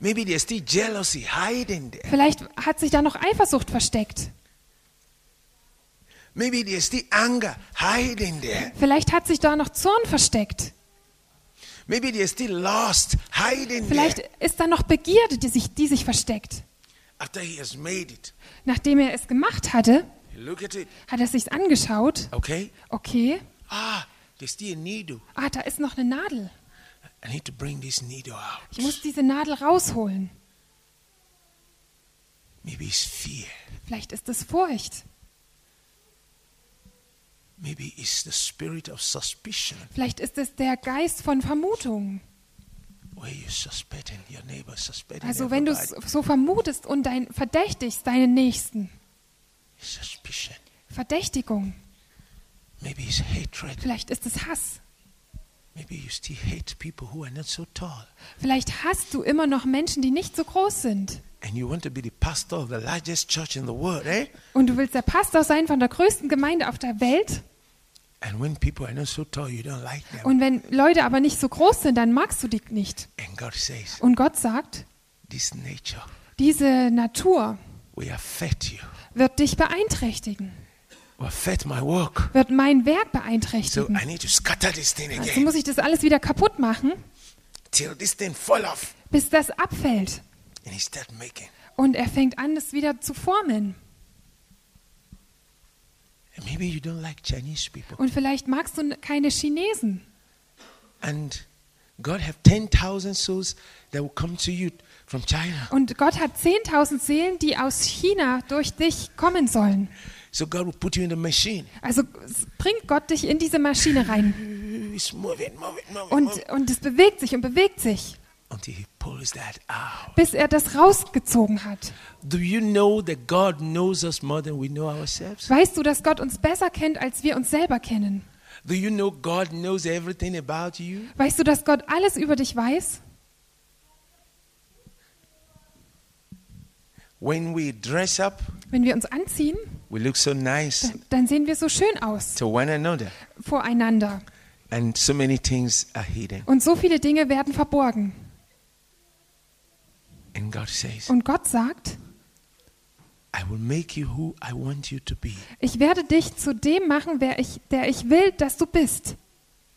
A: Maybe there's still jealousy hiding there.
B: Vielleicht hat sich da noch Eifersucht versteckt.
A: Maybe there's still anger hiding there.
B: Vielleicht hat sich da noch Zorn versteckt.
A: Maybe there's still lust hiding
B: Vielleicht
A: there.
B: ist da noch Begierde, die sich, die sich versteckt.
A: After he has made it,
B: Nachdem er es gemacht hatte,
A: look at it.
B: hat er sich's angeschaut.
A: Okay?
B: Okay,
A: Ah, there's still a needle.
B: ah, da ist noch eine Nadel.
A: I need to bring this needle out.
B: Ich muss diese Nadel rausholen.
A: Maybe it's fear.
B: Vielleicht ist es Furcht.
A: Maybe it's the spirit of suspicion
B: Vielleicht ist es der Geist von Vermutung
A: or Where you suspecting your neighbor, suspecting
B: Also wenn du es
A: everybody.
B: so vermutest und dein verdächtigst deinen Nächsten.
A: Suspicion.
B: Verdächtigung.
A: Maybe it's hatred.
B: Vielleicht ist es Hass.
A: Maybe you still hate people who are not so tall.
B: Vielleicht hasst du immer noch Menschen, die nicht so groß sind.
A: And you want to be the pastor of the largest church in the world, eh?
B: Und du willst der Pastor sein von der größten Gemeinde auf der Welt.
A: And when people are not so tall, you don't like them.
B: Und wenn Leute aber nicht so groß sind, dann magst du die nicht.
A: And God says,
B: Und Gott sagt,
A: this nature
B: diese Natur
A: will affect you,
B: wird dich beeinträchtigen,
A: will affect my work.
B: wird mein Werk
A: So
B: beeinträchtigen.
A: I need to scatter this thing
B: Also
A: again
B: muss ich das alles wieder kaputt machen,
A: till this thing fall off.
B: bis das abfällt.
A: And he start making.
B: Und er fängt an, es wieder zu formen.
A: And maybe you don't like Chinese people.
B: Und vielleicht magst du keine Chinesen.
A: And God have 10,000 souls that will come to you from China.
B: Und Gott hat 10.000 Seelen, die aus China durch dich kommen sollen.
A: So God will put you in the machine.
B: Also es bringt Gott dich in diese Maschine rein.
A: It's moving, moving, moving, moving.
B: Und, und es bewegt sich und bewegt sich,
A: Until he pulls that out.
B: bis er das rausgezogen hat.
A: Do you know that God knows us more than we know ourselves?
B: Weißt du, dass Gott uns besser kennt, als wir uns selber kennen?
A: Do you know God knows everything about you?
B: Weißt du, dass Gott alles über dich weiß?
A: When we dress up,
B: Wenn wir uns anziehen,
A: we look so nice
B: dann, dann sehen wir so schön aus
A: to one another.
B: voreinander.
A: And so many things are hidden.
B: Und so viele Dinge werden verborgen.
A: And God says,
B: Und Gott sagt,
A: I will make you who I want you to be.
B: ich werde dich zu dem machen, wer ich, der ich will, dass du bist,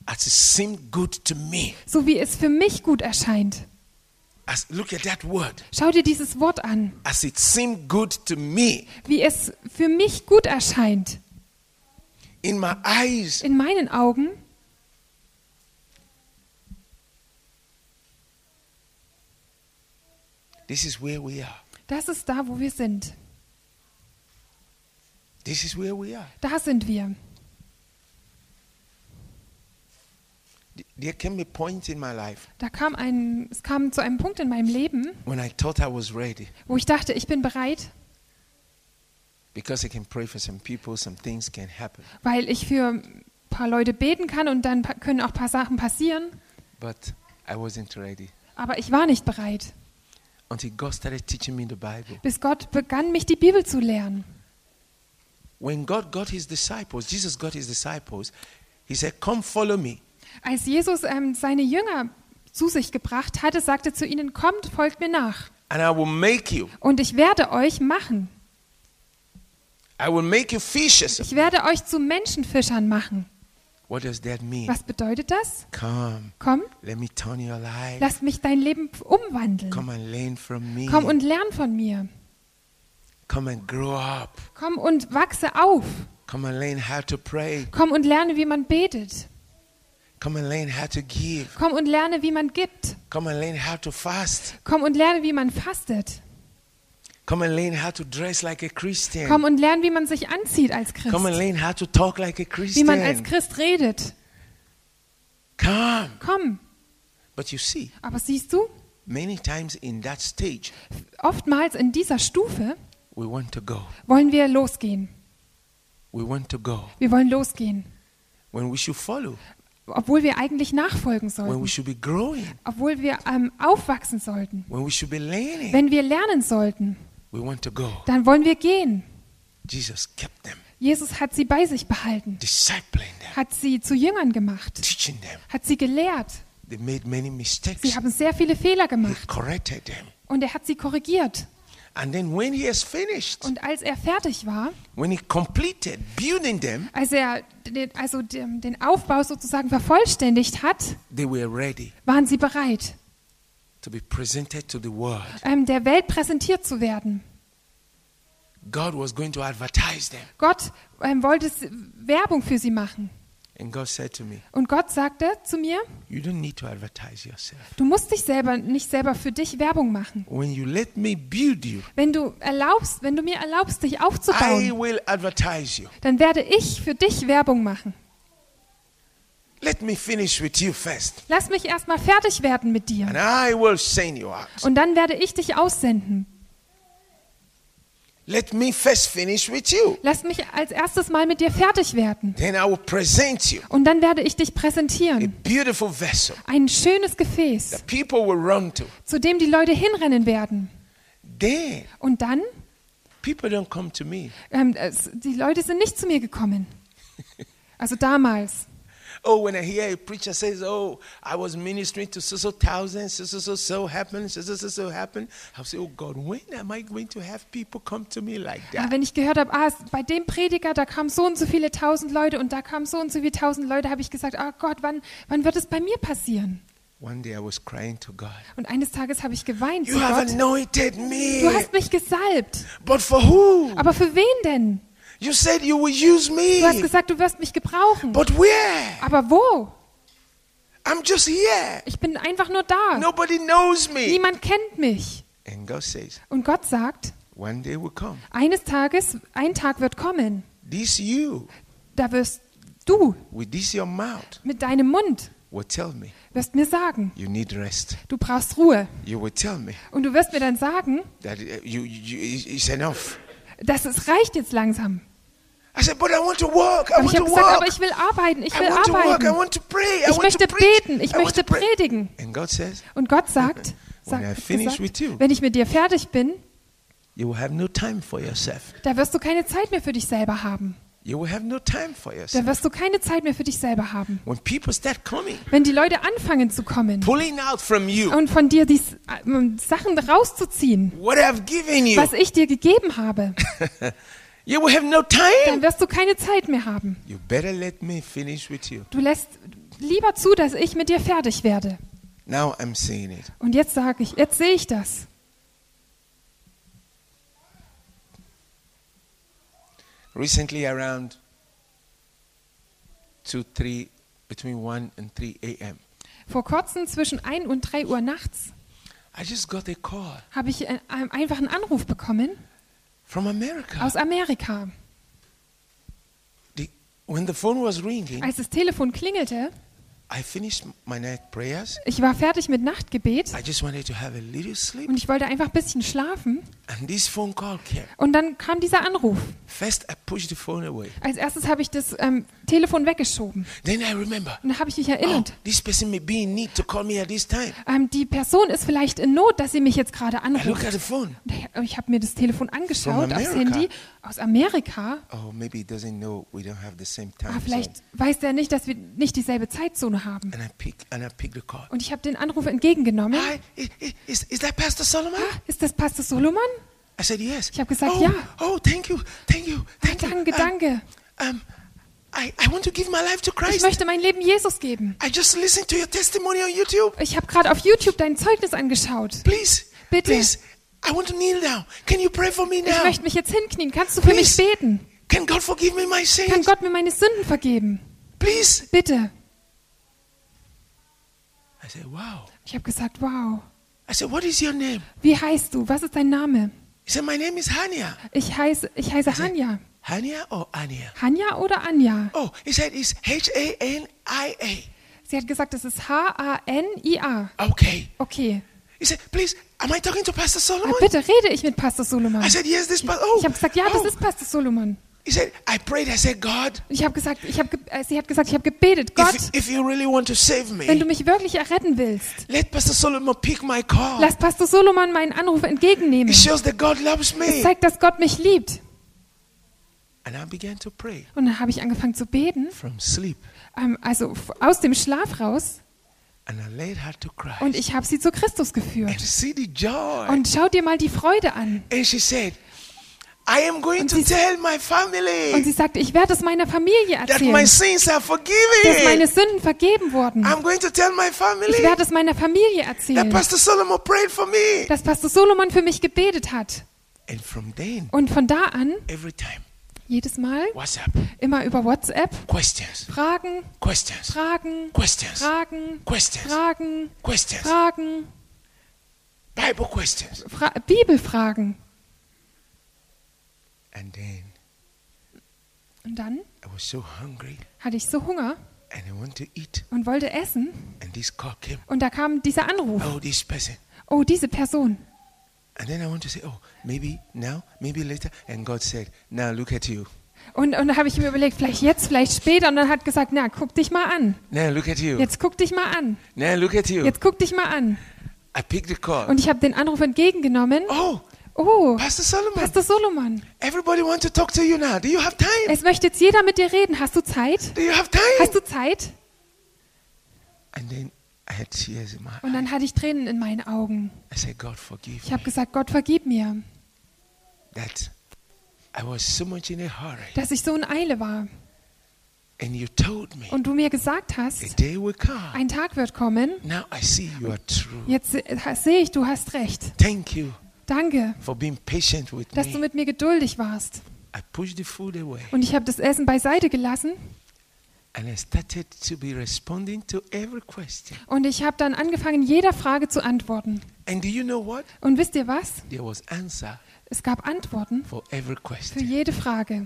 A: As it seemed good to me.
B: so wie es für mich gut erscheint.
A: As look at that word.
B: Schau dir dieses Wort an,
A: As it seemed good to me
B: wie es für mich gut erscheint.
A: in my eyes.
B: In meinen Augen,
A: This is where we are.
B: das ist da, wo wir sind.
A: This is where we are.
B: Da sind wir.
A: Th- There came a point in my life
B: Da kam ein, es kam zu einem Punkt in meinem Leben,
A: when I thought I was ready
B: wo ich dachte, ich bin bereit,
A: because I can pray for some people, some things can happen.
B: weil ich für ein paar Leute beten kann und dann pa- können auch ein paar Sachen passieren.
A: But I wasn't ready
B: Aber ich war nicht bereit,
A: until God started teaching me the Bible.
B: bis Gott begann, mich die Bibel zu lernen.
A: When God got his disciples, Jesus got his disciples, he said, Come follow me.
B: Als Jesus ähm, seine Jünger zu sich gebracht hatte, sagte zu ihnen, kommt, folgt mir nach.
A: And I will make you.
B: Und ich werde euch machen.
A: I will make you fishers.
B: Ich werde euch zu Menschenfischern machen.
A: What does that mean?
B: Was bedeutet das?
A: Come,
B: Komm,
A: let me turn your life.
B: lass mich dein Leben umwandeln.
A: Come and learn from me.
B: Komm und lern von mir.
A: Come and grow up.
B: Komm und wachse auf.
A: Come and learn how to pray.
B: Komm und lerne, wie man betet.
A: Come and learn how to give.
B: Komm und lerne, wie man gibt.
A: Come and learn how to fast.
B: Komm und lerne, wie man fastet.
A: Come and learn how to dress like a Christian.
B: Komm und lerne, wie man sich anzieht als
A: Come and
B: Christ.
A: learn how to talk like a
B: Wie man als
A: Christian.
B: Christ redet.
A: Come.
B: Komm.
A: But you see,
B: Aber siehst du,
A: many times in that stage,
B: oftmals in dieser Stufe
A: we want to go.
B: wollen wir losgehen.
A: We want to go.
B: Wir wollen losgehen.
A: When we should follow.
B: Obwohl wir eigentlich nachfolgen
A: When we
B: sollten.
A: should be growing.
B: Obwohl wir ähm, aufwachsen sollten.
A: When we should be learning.
B: Wenn wir lernen sollten,
A: We want to go.
B: dann wollen wir gehen.
A: Jesus kept them,
B: Jesus hat sie bei sich behalten,
A: discipling them,
B: hat sie zu Jüngern gemacht,
A: teaching them.
B: hat sie gelehrt.
A: They made many
B: Sie
A: mistakes.
B: haben sehr viele Fehler
A: He
B: gemacht
A: corrected them.
B: und er hat sie korrigiert.
A: And then when he has finished,
B: Und als er fertig war,
A: when he completed building them,
B: als er den, also den, den Aufbau sozusagen vervollständigt hat,
A: they were ready
B: waren sie bereit,
A: to be presented to the world.
B: ähm, der Welt präsentiert zu werden.
A: God was going to advertise them.
B: Gott ähm, wollte s- Werbung für sie machen.
A: And God said to me,
B: Und Gott sagte zu mir,
A: You don't need to advertise yourself.
B: du musst dich selber nicht selber für dich Werbung machen.
A: When you let me build you,
B: Wenn du erlaubst, wenn du mir erlaubst, dich
A: I
B: aufzubauen,
A: will advertise you.
B: dann werde ich für dich Werbung machen.
A: Let me finish with you first,
B: Lass mich erstmal fertig werden mit dir.
A: and I will send you out.
B: Und dann werde ich dich aussenden.
A: Let me first finish with you.
B: Lass mich als erstes mal mit dir fertig werden.
A: Then I will present you
B: Und dann werde ich dich
A: a
B: präsentieren.
A: beautiful vessel
B: Ein schönes Gefäß,
A: that people will run to.
B: zu dem die Leute hinrennen werden.
A: Then
B: Und dann,
A: people don't come to me.
B: ähm, es, die Leute sind nicht zu
A: (laughs)
B: mir gekommen. Also damals.
A: Oh, when I hear a preacher says, "Oh, I was ministering to so so thousands, so so so so happened, so so so so happened," I'll say, "Oh God, when am I going to have people come to me like
B: Aber
A: that?"
B: wenn ich gehört habe, ah, es- bei dem Prediger, da kamen so und so viele tausend Leute und da kamen so und so viele tausend Leute, habe ich gesagt, ah Gott, wann, wann wird es bei mir passieren?
A: One day I was crying to God.
B: Und eines Tages habe ich geweint.
A: You
B: Zu
A: have
B: Gott,
A: anointed
B: du
A: me,
B: hast mich gesalbt.
A: but for who?
B: Aber für wen denn?
A: You said you will use
B: Du hast
A: me,
B: gesagt, du wirst mich gebrauchen.
A: but where?
B: Aber wo?
A: I'm just here.
B: Ich bin einfach nur da.
A: Nobody knows me.
B: Niemand kennt mich.
A: And God says,
B: Und Gott sagt,
A: "One day will come.
B: eines Tages, ein Tag wird kommen.
A: This you,
B: Da wirst du
A: with this your mouth,
B: mit deinem Mund
A: will tell me
B: wirst mir sagen,
A: you need rest.
B: du brauchst Ruhe.
A: You will tell me
B: Und du wirst mir dann sagen,
A: that uh, you, you it's enough."
B: das es reicht jetzt langsam.
A: I said, but I want to walk. I
B: Aber
A: want
B: ich
A: to
B: habe gesagt,
A: walk.
B: aber ich will arbeiten, ich
A: I
B: will
A: want to walk. I
B: arbeiten.
A: want to pray. I
B: Ich
A: want
B: möchte
A: to preach.
B: beten, ich
A: I want
B: möchte
A: to pray.
B: predigen.
A: And God says,
B: Und Gott sagt,
A: When I
B: sagt
A: finish
B: gesagt,
A: with you.
B: wenn ich mit dir fertig bin,
A: you will have no time for yourself.
B: da wirst du keine Zeit mehr für dich selber haben.
A: You will have no time for
B: Da
A: yourself.
B: wirst du keine Zeit mehr für dich selber haben.
A: When people start coming,
B: Wenn die Leute anfangen zu kommen
A: pulling out from you
B: und von dir die S- ähm, Sachen rauszuziehen,
A: what I've given you,
B: was ich dir gegeben habe,
A: you will have no
B: dann
A: time.
B: wirst du keine Zeit mehr haben.
A: You better let me finish with you.
B: Du lässt lieber zu, dass ich mit dir fertig werde.
A: Now I'm saying it.
B: Und jetzt sage ich, jetzt sehe ich das.
A: Recently, around 2, 3, between 1 and 3 a.m.,
B: Vor kurzem zwischen 1 und 3 Uhr nachts
A: I just got a call
B: habe ich ein- ein- einfach einen Anruf bekommen
A: from America.
B: aus Amerika.
A: The, when the phone was ringing,
B: Als das Telefon klingelte,
A: I finished my night prayers.
B: ich war fertig mit Nachtgebet
A: I just wanted to have a little sleep.
B: und ich wollte einfach ein bisschen schlafen.
A: And this phone call came.
B: Und dann kam dieser Anruf.
A: First, I pushed the phone away.
B: Als erstes habe ich das ähm, Telefon weggeschoben.
A: Then I remember,
B: Und dann habe ich mich
A: oh,
B: erinnert,
A: this person may be in need to call me at this time.
B: ähm, die Person ist vielleicht in Not, dass sie mich jetzt gerade
A: I look at
B: anruft.
A: the phone.
B: Und ich- Ich habe mir das Telefon angeschaut
A: From
B: aufs
A: America.
B: Handy aus Amerika.
A: Oh, maybe he doesn't know we don't have the same
B: Aber
A: time zone.
B: vielleicht weiß der nicht, dass wir nicht dieselbe Zeitzone haben.
A: And I pick and I pick the call.
B: Und ich habe den Anruf entgegengenommen.
A: Hi, i- i- is, is that Pastor Solomon?
B: Ah, Ist das Pastor Solomon?
A: I said yes.
B: Ich hab gesagt,
A: oh,
B: ja.
A: Oh, thank you, thank you, thank you.
B: Danke,
A: Um,
B: danke.
A: Um, I, I want to give my life to
B: Ich
A: Christ.
B: möchte mein Leben Jesus geben.
A: I just listened to your testimony on YouTube.
B: Ich habe gerade auf YouTube dein Zeugnis angeschaut.
A: Please,
B: Bitte.
A: please, I want to kneel down. Can you pray for me
B: Ich
A: now?
B: möchte mich jetzt hinknien. Kannst du für mich
A: Please.
B: beten?
A: Can God forgive me my sins?
B: Kann Gott mir meine Sünden vergeben?
A: please.
B: Bitte.
A: I said, wow.
B: Ich habe gesagt, wow.
A: I said, what is your name?
B: Wie heißt du? Was ist dein Name?
A: He said, my name is Hania.
B: Ich heiße, ich heiße Hanja.
A: Hania or Ania?
B: Hanja oder Anja?
A: Oh, he said it's H A N I A.
B: Sie hat gesagt, es ist H-A-N-I-A.
A: Okay.
B: Okay.
A: He said, please, am I talking to Pastor
B: Ah,
A: Solomon?
B: bitte rede ich mit Pastor Solomon.
A: I said, yes, this pastor. Oh,
B: Ich habe gesagt, ja, das
A: oh.
B: ist Pastor Solomon.
A: He said, I prayed. I said, God,
B: Ich habe gesagt, ich habe, ge äh, sie hat gesagt, ich habe gebetet, Gott,
A: if, if you really want to save
B: wenn du
A: me,
B: mich wirklich erretten willst,
A: let Pastor Solomon pick my call.
B: lass Pastor Solomon meinen Anruf entgegennehmen.
A: It shows that God loves
B: Es
A: me.
B: zeigt, dass Gott mich liebt.
A: And I began to pray
B: Und dann habe ich angefangen zu beten,
A: from sleep.
B: ähm, also f- aus dem Schlaf raus,
A: And I led her to Christ.
B: und ich habe sie zu
A: and
B: Christus geführt.
A: see the joy.
B: Und schau dir mal die Freude an.
A: And she said, I am going
B: Und
A: to
B: sie-
A: tell my
B: Und
A: family
B: sie sagte, ich werde es meiner Familie
A: that my
B: erzählen,
A: sins are
B: dass meine
A: forgiven.
B: Sünden vergeben wurden.
A: I'm going to tell my
B: Ich
A: family
B: werde es meiner Familie
A: that
B: erzählen,
A: Pastor Solomon prayed for me.
B: dass Pastor Solomon für mich gebetet hat.
A: And from then,
B: Und von da an,
A: every time,
B: jedes Mal,
A: WhatsApp,
B: immer über WhatsApp,
A: questions,
B: Fragen,
A: questions,
B: Fragen,
A: questions,
B: Fragen,
A: questions,
B: Fragen,
A: questions,
B: Fragen,
A: Bible questions.
B: Fra Bibelfragen.
A: And then
B: Und dann
A: I was so hungry.
B: hatte ich so Hunger
A: and he wanted to eat.
B: und wollte essen.
A: And this call came.
B: Und da kam dieser Anruf.
A: Oh, this person.
B: Oh, diese Person.
A: And then I want to say, oh, maybe now, maybe later. And God said, now look at you.
B: Und, und da habe ich mir überlegt, vielleicht jetzt, vielleicht später. Und dann hat gesagt, na, guck dich mal an.
A: Now look at you.
B: Jetzt guck dich mal an.
A: Now look at you.
B: Jetzt guck dich mal an.
A: I picked the call.
B: Und ich habe den Anruf entgegengenommen.
A: Oh,
B: Oh,
A: Pastor Solomon,
B: Pastor Solomon,
A: everybody wants to talk to you now. Do you have time?
B: es möchte jetzt jeder mit dir reden. Hast du Zeit?
A: Do you have time?
B: Hast du Zeit?
A: And then I had tears in my eyes.
B: Und dann hatte ich Tränen in meinen Augen.
A: I said, God, forgive
B: Ich
A: me
B: habe gesagt, Gott, vergib mir,
A: that I was so much in a hurry.
B: dass ich so in Eile war.
A: And you told me
B: Und du mir gesagt
A: a
B: hast,
A: day will come.
B: ein Tag wird kommen.
A: Now I see you are true.
B: Jetzt se- ha- sehe ich, du hast recht.
A: Thank you
B: Danke,
A: for being patient with
B: dass du
A: me.
B: mit mir geduldig warst.
A: I pushed the food away
B: Und ich habe das Essen beiseite gelassen
A: and I started to be responding to every question.
B: und ich habe dann angefangen, jeder Frage zu antworten.
A: And do you know what?
B: Und wisst ihr was?
A: There was answer
B: Es gab Antworten
A: for every
B: für
A: question.
B: jede Frage.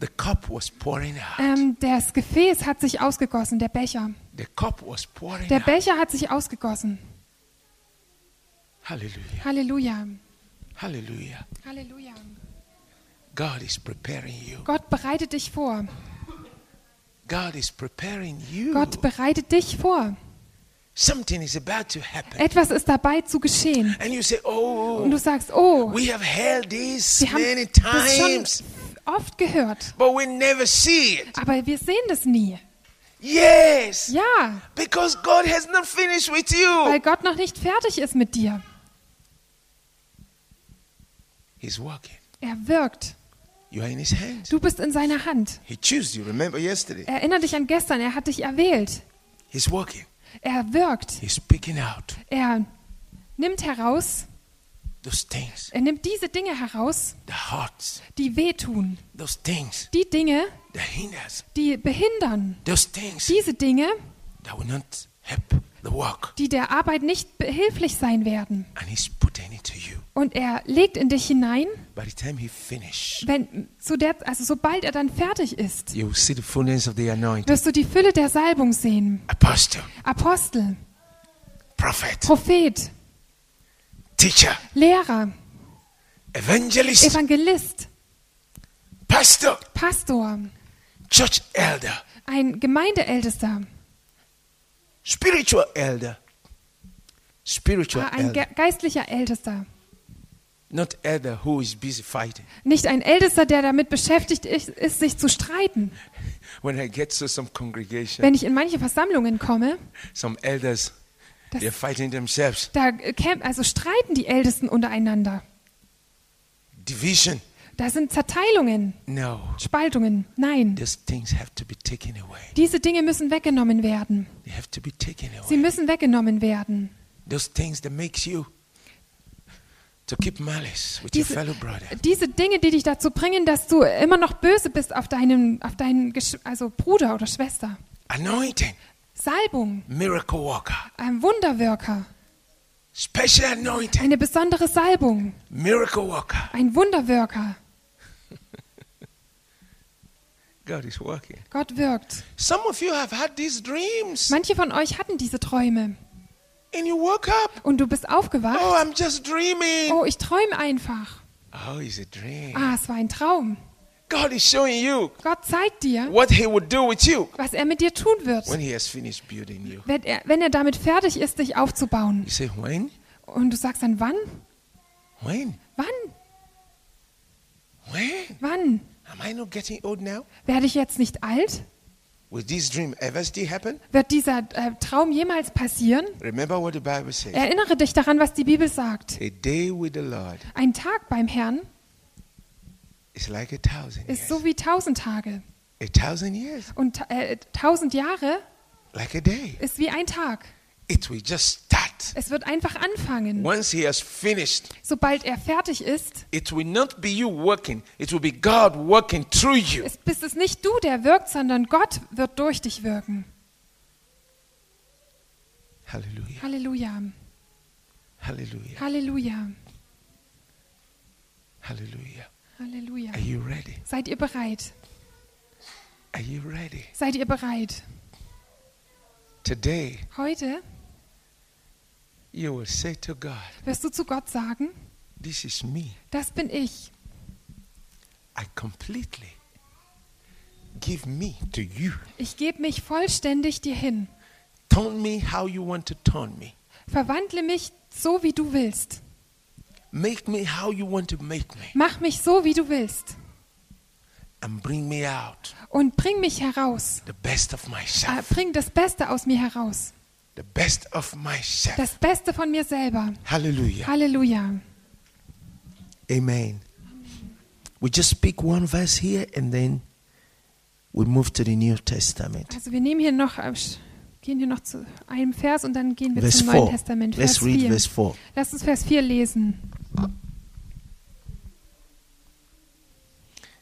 A: The cup was pouring out.
B: Ähm, das Gefäß hat sich ausgegossen, der Becher.
A: The cup was pouring
B: Der
A: out.
B: Becher hat sich ausgegossen.
A: Hallelujah.
B: Halleluja.
A: Hallelujah.
B: Halleluja.
A: God is preparing you.
B: Gott bereitet dich vor.
A: God is preparing you.
B: Gott bereitet dich vor.
A: Something is about to happen.
B: Etwas ist dabei zu geschehen.
A: And you say,
B: Und
A: Oh,
B: du sagst, oh,
A: we have heard this
B: wir
A: many
B: haben das
A: times,
B: schon oft gehört,
A: but we never see it.
B: aber wir sehen das nie.
A: Yes,
B: Ja,
A: because God has not finished with you.
B: weil Gott noch nicht fertig ist mit dir.
A: He's working.
B: Er wirkt.
A: You are in His hands.
B: Du bist in seiner Hand.
A: He chose you. Remember yesterday.
B: Erinnere dich an gestern, er hat dich erwählt.
A: He's working.
B: Er wirkt.
A: He's picking out
B: Er nimmt heraus,
A: those things,
B: er nimmt diese Dinge heraus,
A: the hearts,
B: die wehtun.
A: those things,
B: Die Dinge,
A: the hinders,
B: die behindern.
A: those things
B: Diese Dinge,
A: that will not help the work.
B: die der Arbeit nicht behilflich sein werden.
A: And He's putting it to you.
B: Und er legt in dich hinein,
A: By the time He finishes,
B: wenn zu der, also sobald er dann fertig ist,
A: you will see the fullness of the anointing.
B: wirst du die Fülle der Salbung sehen.
A: Apostle,
B: Apostel,
A: prophet,
B: Prophet,
A: teacher,
B: Lehrer,
A: evangelist,
B: Evangelist,
A: pastor,
B: Pastor,
A: church elder,
B: ein Gemeindeältester,
A: spiritual elder, spiritual
B: ein
A: elder,
B: ge geistlicher Ältester.
A: not elder who is busy fighting.
B: Nicht ein Ältester, der damit beschäftigt ist, ist, sich zu streiten.
A: When I get to some congregation,
B: Wenn ich in manche Versammlungen komme,
A: some elders,
B: Das-
A: they're fighting themselves.
B: da äh, kämp- also streiten die Ältesten untereinander.
A: Division.
B: Da sind Zerteilungen,
A: No,
B: Spaltungen. Nein,
A: these things have to be taken away.
B: diese Dinge müssen weggenommen werden.
A: They have to be taken
B: Sie
A: away.
B: müssen weggenommen werden.
A: Those things that makes you to keep malice with your
B: Diese,
A: fellow brother.
B: diese Dinge, die dich dazu bringen, dass du immer noch böse bist auf deinen, auf deinen Gesch also Bruder oder Schwester.
A: Anointing,
B: Salbung,
A: miracle worker,
B: ein Wunderwirker,
A: special anointing,
B: eine besondere Salbung,
A: miracle worker.
B: ein Wunderwirker.
A: God is working.
B: Gott wirkt.
A: Some of you have had these dreams
B: Manche von euch hatten diese Träume
A: and you woke up.
B: und du bist
A: Oh,
B: aufgewacht.
A: I'm just dreaming.
B: Oh, ich träume einfach.
A: Oh, it's a dream.
B: Ah, es war ein Traum.
A: God is showing you
B: Gott zeigt dir,
A: what He will do with you
B: was er mit dir tun wird,
A: when He has finished building you.
B: wenn er, wenn er damit fertig ist, dich aufzubauen.
A: You say, When?
B: Und du sagst dann, wann?
A: When?
B: Wann?
A: When?
B: Wann?
A: Am I not getting old now?
B: Werde ich jetzt nicht alt?
A: Will this dream ever still happen?
B: Wird dieser äh, Traum jemals passieren?
A: Remember what the Bible says.
B: Erinnere dich daran, was die Bibel sagt.
A: A day with the Lord
B: Ein Tag beim Herrn
A: is like a thousand years.
B: ist so wie tausend Tage.
A: A thousand years,
B: Und ta- äh, tausend Jahre
A: like a day.
B: ist wie ein Tag.
A: It will just start.
B: Es wird einfach anfangen.
A: Once he has finished,
B: Sobald er fertig ist,
A: it will not be you working, it will be God working through you.
B: ist, bist es nicht du, der wirkt, sondern Gott wird durch dich wirken.
A: Hallelujah.
B: Halleluja.
A: Hallelujah.
B: Halleluja.
A: Hallelujah.
B: Halleluja.
A: Are you ready?
B: Seid ihr bereit?
A: Are you ready?
B: Seid ihr bereit?
A: Today,
B: Heute
A: you will say to God,
B: wirst du zu Gott sagen,
A: This is me.
B: das bin ich.
A: I completely give me to you.
B: Ich gebe mich vollständig dir hin.
A: Turn me how you want to turn me.
B: Verwandle mich so, wie du willst.
A: Make me how you want to make me.
B: Mach mich so, wie du willst.
A: And bring me out
B: Und bring mich heraus.
A: the best of
B: Äh,
A: myself.
B: bring das Beste aus mir heraus.
A: The best of myself.
B: Das Beste von mir selber.
A: Hallelujah.
B: Halleluja.
A: Amen. We just pick one verse here and then we move to the New Testament.
B: Also wir nehmen hier noch, äh, sch- gehen hier noch zu einem Vers und dann gehen wir
A: Verse
B: zum Neuen
A: 4.
B: Testament.
A: Let's
B: Vers
A: read
B: 4.
A: verse 4.
B: Lasst uns Vers 4 lesen.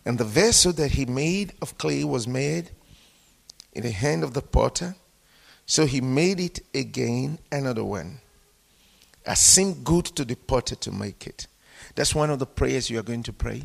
C: And the vessel that he made of clay was made in the hand of the potter. So he made it again, another one. As seemed good to the potter to make it.
A: That's one of the prayers you are going to pray.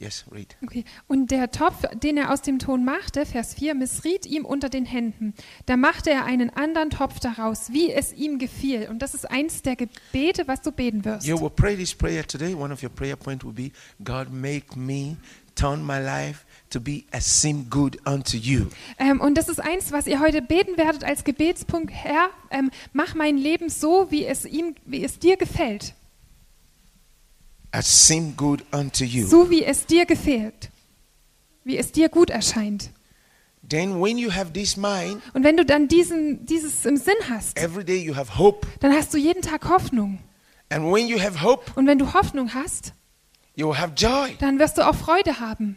A: Yes, read.
B: Okay. Und der Topf, den er aus dem Ton machte, Vers 4, missriet ihm unter den Händen. Da machte er einen anderen Topf daraus, wie es ihm gefiel. Und das ist eins der Gebete, was du beten wirst.
A: You will pray this prayer today. One of your prayer points will be God, make me turn my life to be as seem good unto you.
B: Ähm, und das ist eins, was ihr heute beten werdet als Gebetspunkt. Herr, ähm, mach mein Leben so, wie es, ihm, wie es dir gefällt.
A: As seem good unto you.
B: So, wie es dir gefällt. Wie es dir gut erscheint.
A: Then, when you have this mind,
B: Und wenn du dann diesen, dieses im Sinn hast,
A: every day you have hope.
B: dann hast du jeden Tag Hoffnung.
A: And when you have hope,
B: Und wenn du Hoffnung hast,
A: you will have joy.
B: dann wirst du auch Freude haben.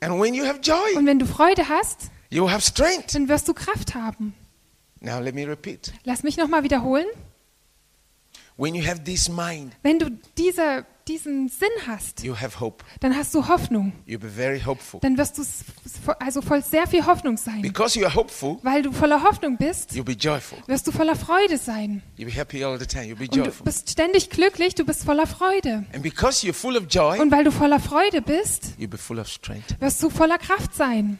A: And when you have joy,
B: Und wenn du Freude hast,
A: you will have strength.
B: dann wirst du Kraft haben.
A: Now, let me repeat.
B: Lass mich nochmal wiederholen.
A: When you have this mind,
B: Wenn du diese, diesen Sinn hast,
A: you have hope.
B: dann hast du Hoffnung.
A: You'll be very hopeful.
B: Dann wirst du s- vo- also voll sehr viel Hoffnung sein.
A: Because you are hopeful,
B: Weil du voller Hoffnung bist,
A: you'll be joyful.
B: wirst du voller Freude sein.
A: You'll be happy all the time. You'll be
B: Und du
A: joyful.
B: bist ständig glücklich, du bist voller Freude.
A: And because you're full of joy,
B: Und weil du voller Freude bist,
A: you'll be full of strength.
B: wirst du voller Kraft sein.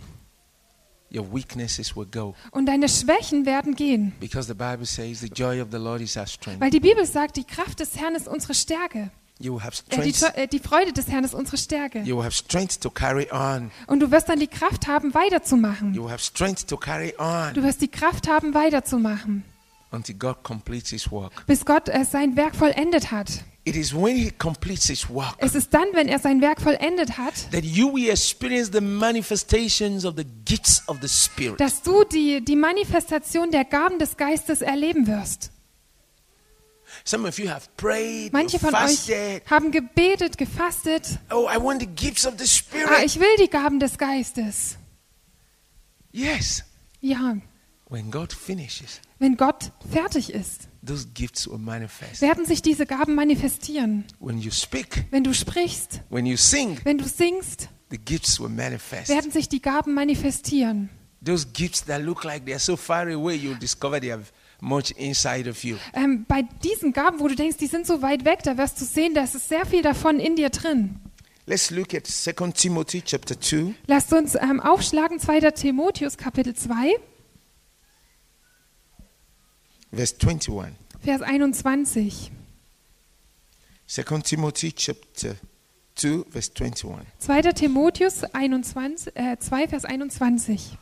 A: Your weaknesses will go.
B: Und deine Schwächen werden gehen.
A: Because the Bible says the joy of the Lord is our strength.
B: Weil die Bibel sagt, die Kraft des Herrn ist unsere Stärke.
A: You will have
B: Äh, die,
A: strength.
B: Teu- äh, die Freude des Herrn ist unsere Stärke.
A: You will have strength to carry on.
B: Und du wirst dann die Kraft haben, weiterzumachen.
A: You will have strength to carry
B: Du
A: on
B: wirst die Kraft haben, weiterzumachen,
A: until God completes his work.
B: bis Gott äh, sein Werk vollendet hat.
A: It is when he completes his work
B: Es ist dann, wenn er sein Werk vollendet hat,
A: that you will experience the manifestations of the gifts of the Spirit.
B: dass du die, die Manifestation der Gaben des Geistes erleben wirst.
A: Some of you have prayed,
B: Manche
A: you've
B: von euch
A: fasted.
B: haben gebetet, gefastet.
A: Oh, I want the gifts of the
B: Ah,
A: Spirit.
B: ich will die Gaben des Geistes.
A: Yes.
B: Ja,
A: When God finishes,
B: wenn Gott fertig ist,
A: those gifts will manifest.
B: werden sich diese Gaben manifestieren.
A: When you speak,
B: Wenn du sprichst,
A: when you sing,
B: wenn du singst,
A: the gifts will manifest.
B: werden sich die Gaben manifestieren.
A: Those gifts that look like they are so far away, you'll discover they have much inside of you.
B: Ähm, bei diesen Gaben, wo du denkst, die sind so weit weg, da wirst du sehen, da ist sehr viel davon in dir drin.
A: Let's look at 2 Timothy chapter 2.
B: Lasst uns ähm, aufschlagen 2. Timotheus Kapitel 2,
A: Verse 21.
B: Vers 21.
A: 2 Timothy chapter 2, verse 21.
B: 2. Timotheus 21, äh, 2, Vers 21.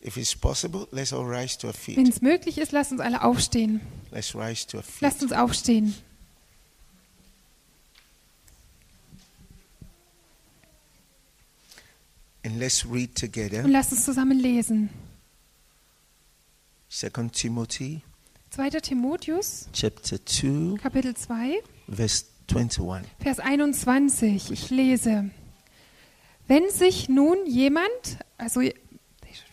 A: If it's possible, let's all rise to our
B: Wenn
A: feet.
B: es möglich ist, lasst uns alle aufstehen.
A: Let's rise to our feet.
B: Lasst uns aufstehen.
A: And let's read
B: Und
A: together
B: lasst uns zusammen lesen.
A: 2 Timothy
B: 2. Timotheus
A: chapter 2,
B: Kapitel 2,
A: verse 21.
B: Vers 21, ich lese. Wenn sich nun jemand, also,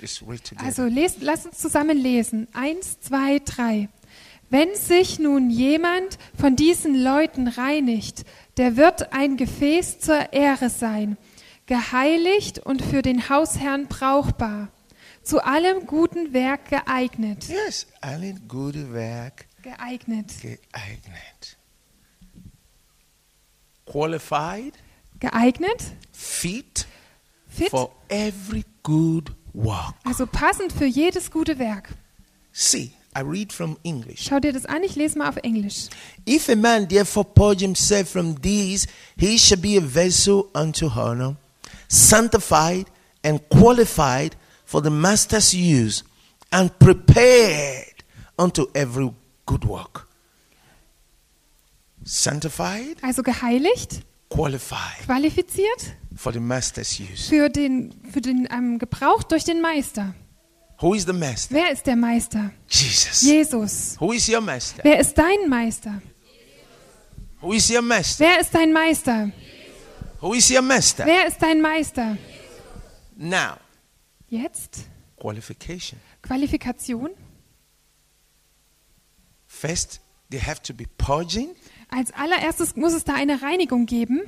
A: Let's read together.
B: also lest, lasst uns zusammen lesen. Eins, zwei, drei. Wenn sich nun jemand von diesen Leuten reinigt, der wird ein Gefäß zur Ehre sein, geheiligt und für den Hausherrn brauchbar, zu allem guten Werk geeignet.
A: Yes, allen gute Werk
B: Geeignet.
A: geeignet. Qualified,
B: Geeignet?
A: fit
B: Fit?
A: for every good work.
B: Also passend für jedes gute Werk.
A: See, I read from English.
B: Schau dir das an, ich lese mal auf Englisch.
A: If a man therefore purge himself from these, he shall be a vessel unto honor, sanctified and qualified for the master's use, and prepared unto every good work. Sanctified,
B: Also geheiligt,
A: qualified
B: qualifiziert
A: for the master's use.
B: für den, für den ähm, Gebrauch durch den Meister.
A: Who is the master?
B: Wer ist der Meister?
A: Jesus.
B: Jesus.
A: Who is your master?
B: Wer ist dein Meister?
A: Who is your master?
B: Wer ist dein Meister?
A: Who is your master?
B: Wer ist dein Meister?
A: Now,
B: Jetzt
A: qualification.
B: Qualifikation.
A: First, they have to be purging.
B: Als allererstes muss es da eine Reinigung geben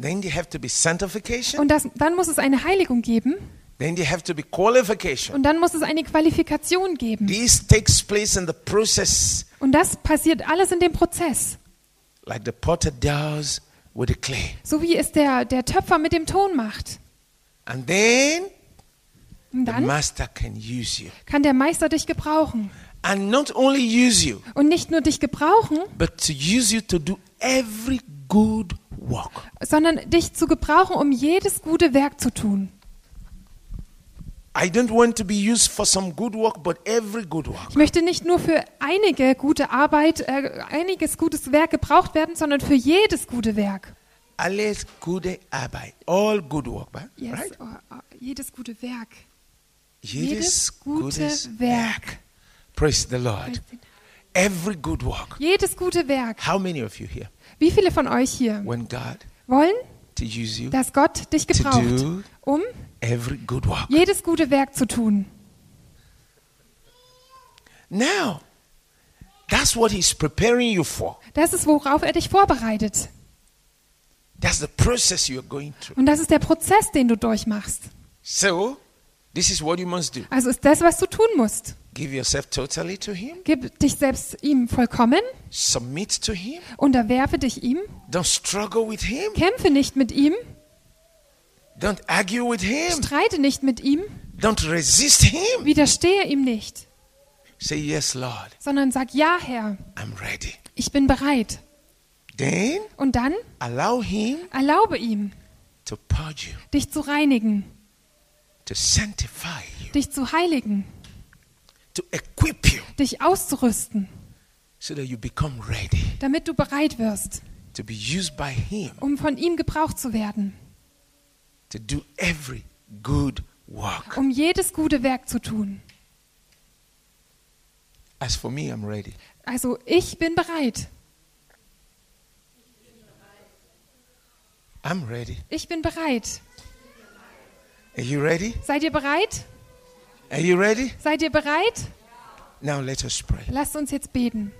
A: Then they have to be sanctification.
B: und das, dann muss es eine Heiligung geben
A: Then they have to be qualification.
B: und dann muss es eine Qualifikation geben.
A: This takes place in the process,
B: Und das passiert alles in dem Prozess,
A: like the potter does with the clay.
B: so wie es der, der Töpfer mit dem Ton macht.
A: And then
B: Und
A: the
B: dann
A: master can use you.
B: kann der Meister dich gebrauchen
A: And not only use you,
B: und nicht nur dich gebrauchen,
A: but to use you to do every good work.
B: sondern dich zu gebrauchen, um jedes gute Werk zu tun.
A: I don't want to be used for some good work, but every good work.
B: Ich möchte nicht nur für einige gute Arbeit, äh, einiges gutes Werk gebraucht werden, sondern für jedes gute Werk.
A: Alles gute Arbeit. All good work, ba-
B: Yes,
A: right?
B: oh, oh, jedes gute Werk.
A: Jedes
B: Jedes gute
A: gutes
B: Werk.
A: Werk. Praise the Lord. Every good work.
B: Jedes gute Werk.
A: How many of you here
B: Wie viele von euch hier
A: want God
B: wollen,
A: to use you?
B: dass Gott dich
A: do.
B: gebraucht, um
A: every good work.
B: jedes gute Werk zu tun?
A: Now, that's what he's preparing you for.
B: Das ist, worauf er dich vorbereitet.
A: That's the process you're going through.
B: Und das ist der Prozess, den du durchmachst.
A: So, this is what you must do.
B: Also ist das, was du tun musst.
A: Give yourself totally to him,
B: Gib dich selbst ihm vollkommen,
A: submit to him,
B: unterwerfe dich ihm,
A: don't struggle with him,
B: kämpfe nicht mit ihm,
A: don't argue with him,
B: streite nicht mit ihm,
A: don't resist him.
B: widerstehe ihm nicht,
A: Say, Yes, Lord,
B: sondern sag, ja Herr,
A: I'm ready.
B: ich bin bereit.
A: Then
B: Und dann
A: allow him
B: erlaube ihm,
A: to purge you,
B: dich zu reinigen,
A: to sanctify you,
B: dich zu heiligen,
A: to equip you
B: dich auszurüsten,
A: so that you become ready
B: damit du bereit wirst,
A: to be used by him
B: um von ihm gebraucht zu werden,
A: to do every good work.
B: um jedes gute Werk zu tun.
A: As for me, I'm ready.
B: Also ich bin bereit,
A: I'm ready.
B: ich bin bereit.
A: Are you ready?
B: Seid ihr bereit?
A: Are you ready?
B: Seid ihr bereit?
A: Now let us pray.
B: Lasst uns jetzt beten.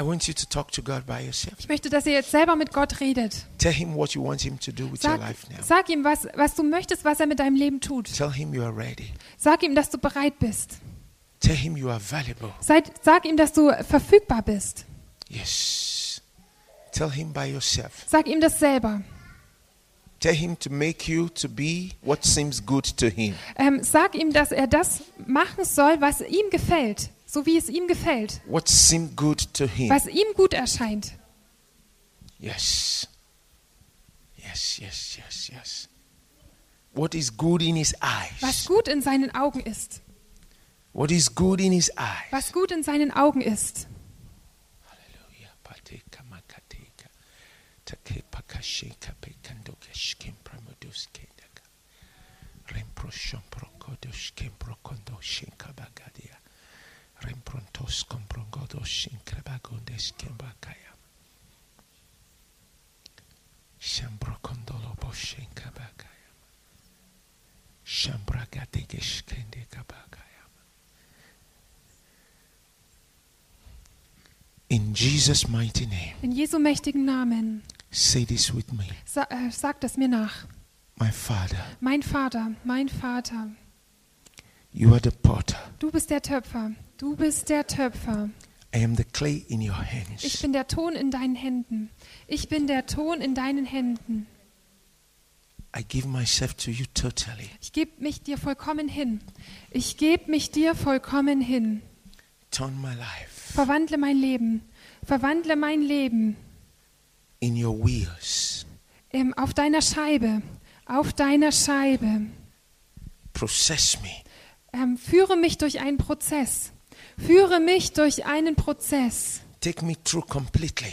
A: I want you to talk to God by yourself.
B: Ich möchte, dass ihr jetzt selber mit Gott redet.
A: Tell Him what you want Him to do with your
B: Sag,
A: life now.
B: sag ihm, was, was du möchtest, was er mit deinem Leben tut.
A: Tell Him you are ready.
B: Sag ihm, dass du bereit bist.
A: Tell Him you are valuable.
B: Seid, sag ihm, dass du verfügbar bist.
A: Yes. Tell Him by yourself.
B: Sag ihm das selber.
A: Tell Him to make you to be what seems good to Him.
B: Ähm, sag ihm, dass er das machen soll, was ihm gefällt, so wie es ihm gefällt,
A: What seemed good to Him.
B: was ihm gut erscheint.
A: Yes. Yes, yes, yes, yes. What is good in His
B: Was
A: eyes?
B: gut in seinen Augen ist.
A: What is good in His eyes?
B: Was gut in seinen Augen ist.
A: Hallelujah. Pateka makateka. Takepa kasheka pekandoke shkim pramodos kendaka. Rempro shompro kodo shkim prokondo shinka bagadia. Remprontos komprongodo shinka bagonde shkim bakaya. Shambro kondolo bo shinka bakaya. Shambra gadege shkende kabakaya. In Jesus' mighty name.
B: In Jesu mächtigen Namen,
A: Say this with me.
B: sa äh, sagt es mir nach.
A: My Father,
B: Mein Vater, mein Vater,
A: you are the potter.
B: du bist der Töpfer, du bist der Töpfer.
A: I am the clay in your
B: Ich
A: hands.
B: bin der Ton in deinen Händen. Ich bin der Ton in deinen Händen.
A: I give myself to you totally.
B: Ich gebe mich dir vollkommen hin. Ich gebe mich dir vollkommen hin.
A: Turn my life
B: Verwandle mein Leben. Verwandle mein Leben
A: in your wheels.
B: ähm, auf deiner Scheibe. Auf deiner Scheibe.
A: Process me.
B: Ähm, führe mich durch einen Prozess. Führe mich durch einen Prozess.
A: Take me through completely.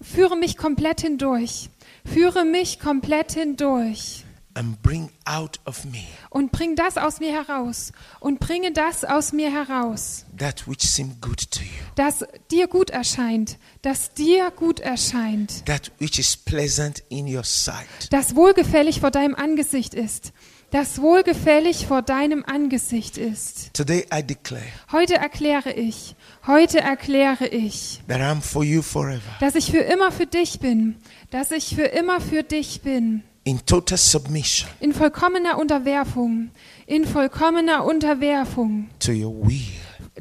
B: Führe mich komplett hindurch. Führe mich komplett hindurch.
A: And bring out of me
B: Und bring das aus mir heraus. Und bringe das aus mir heraus.
A: that which seemed good to you,
B: das dir gut erscheint, das dir gut erscheint,
A: that which is pleasant in your sight.
B: das wohlgefällig vor deinem Angesicht ist, das wohlgefällig vor deinem Angesicht ist.
A: Today I declare
B: Heute erkläre ich, heute erkläre ich,
A: that I'm for you forever,
B: dass ich für immer für dich bin, dass ich für immer für dich bin,
A: in total submission
B: in vollkommener Unterwerfung, in vollkommener Unterwerfung,
A: to your will.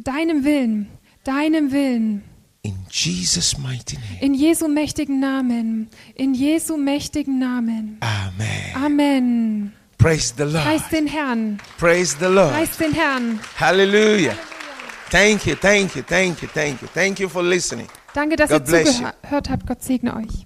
B: deinem Willen, deinem Willen,
A: In Jesus' mighty name.
B: in Jesu mächtigen Namen, in Jesu mächtigen Namen.
A: Amen.
B: Amen.
A: Praise the Lord.
B: Preis den Herrn.
A: Praise the Lord.
B: Preis den Herrn.
A: Hallelujah. Thank you, thank you, thank you, thank you. Thank you for listening.
B: Danke, dass
A: God
B: ihr
A: bless you.
B: zugehört habt. Gott segne euch.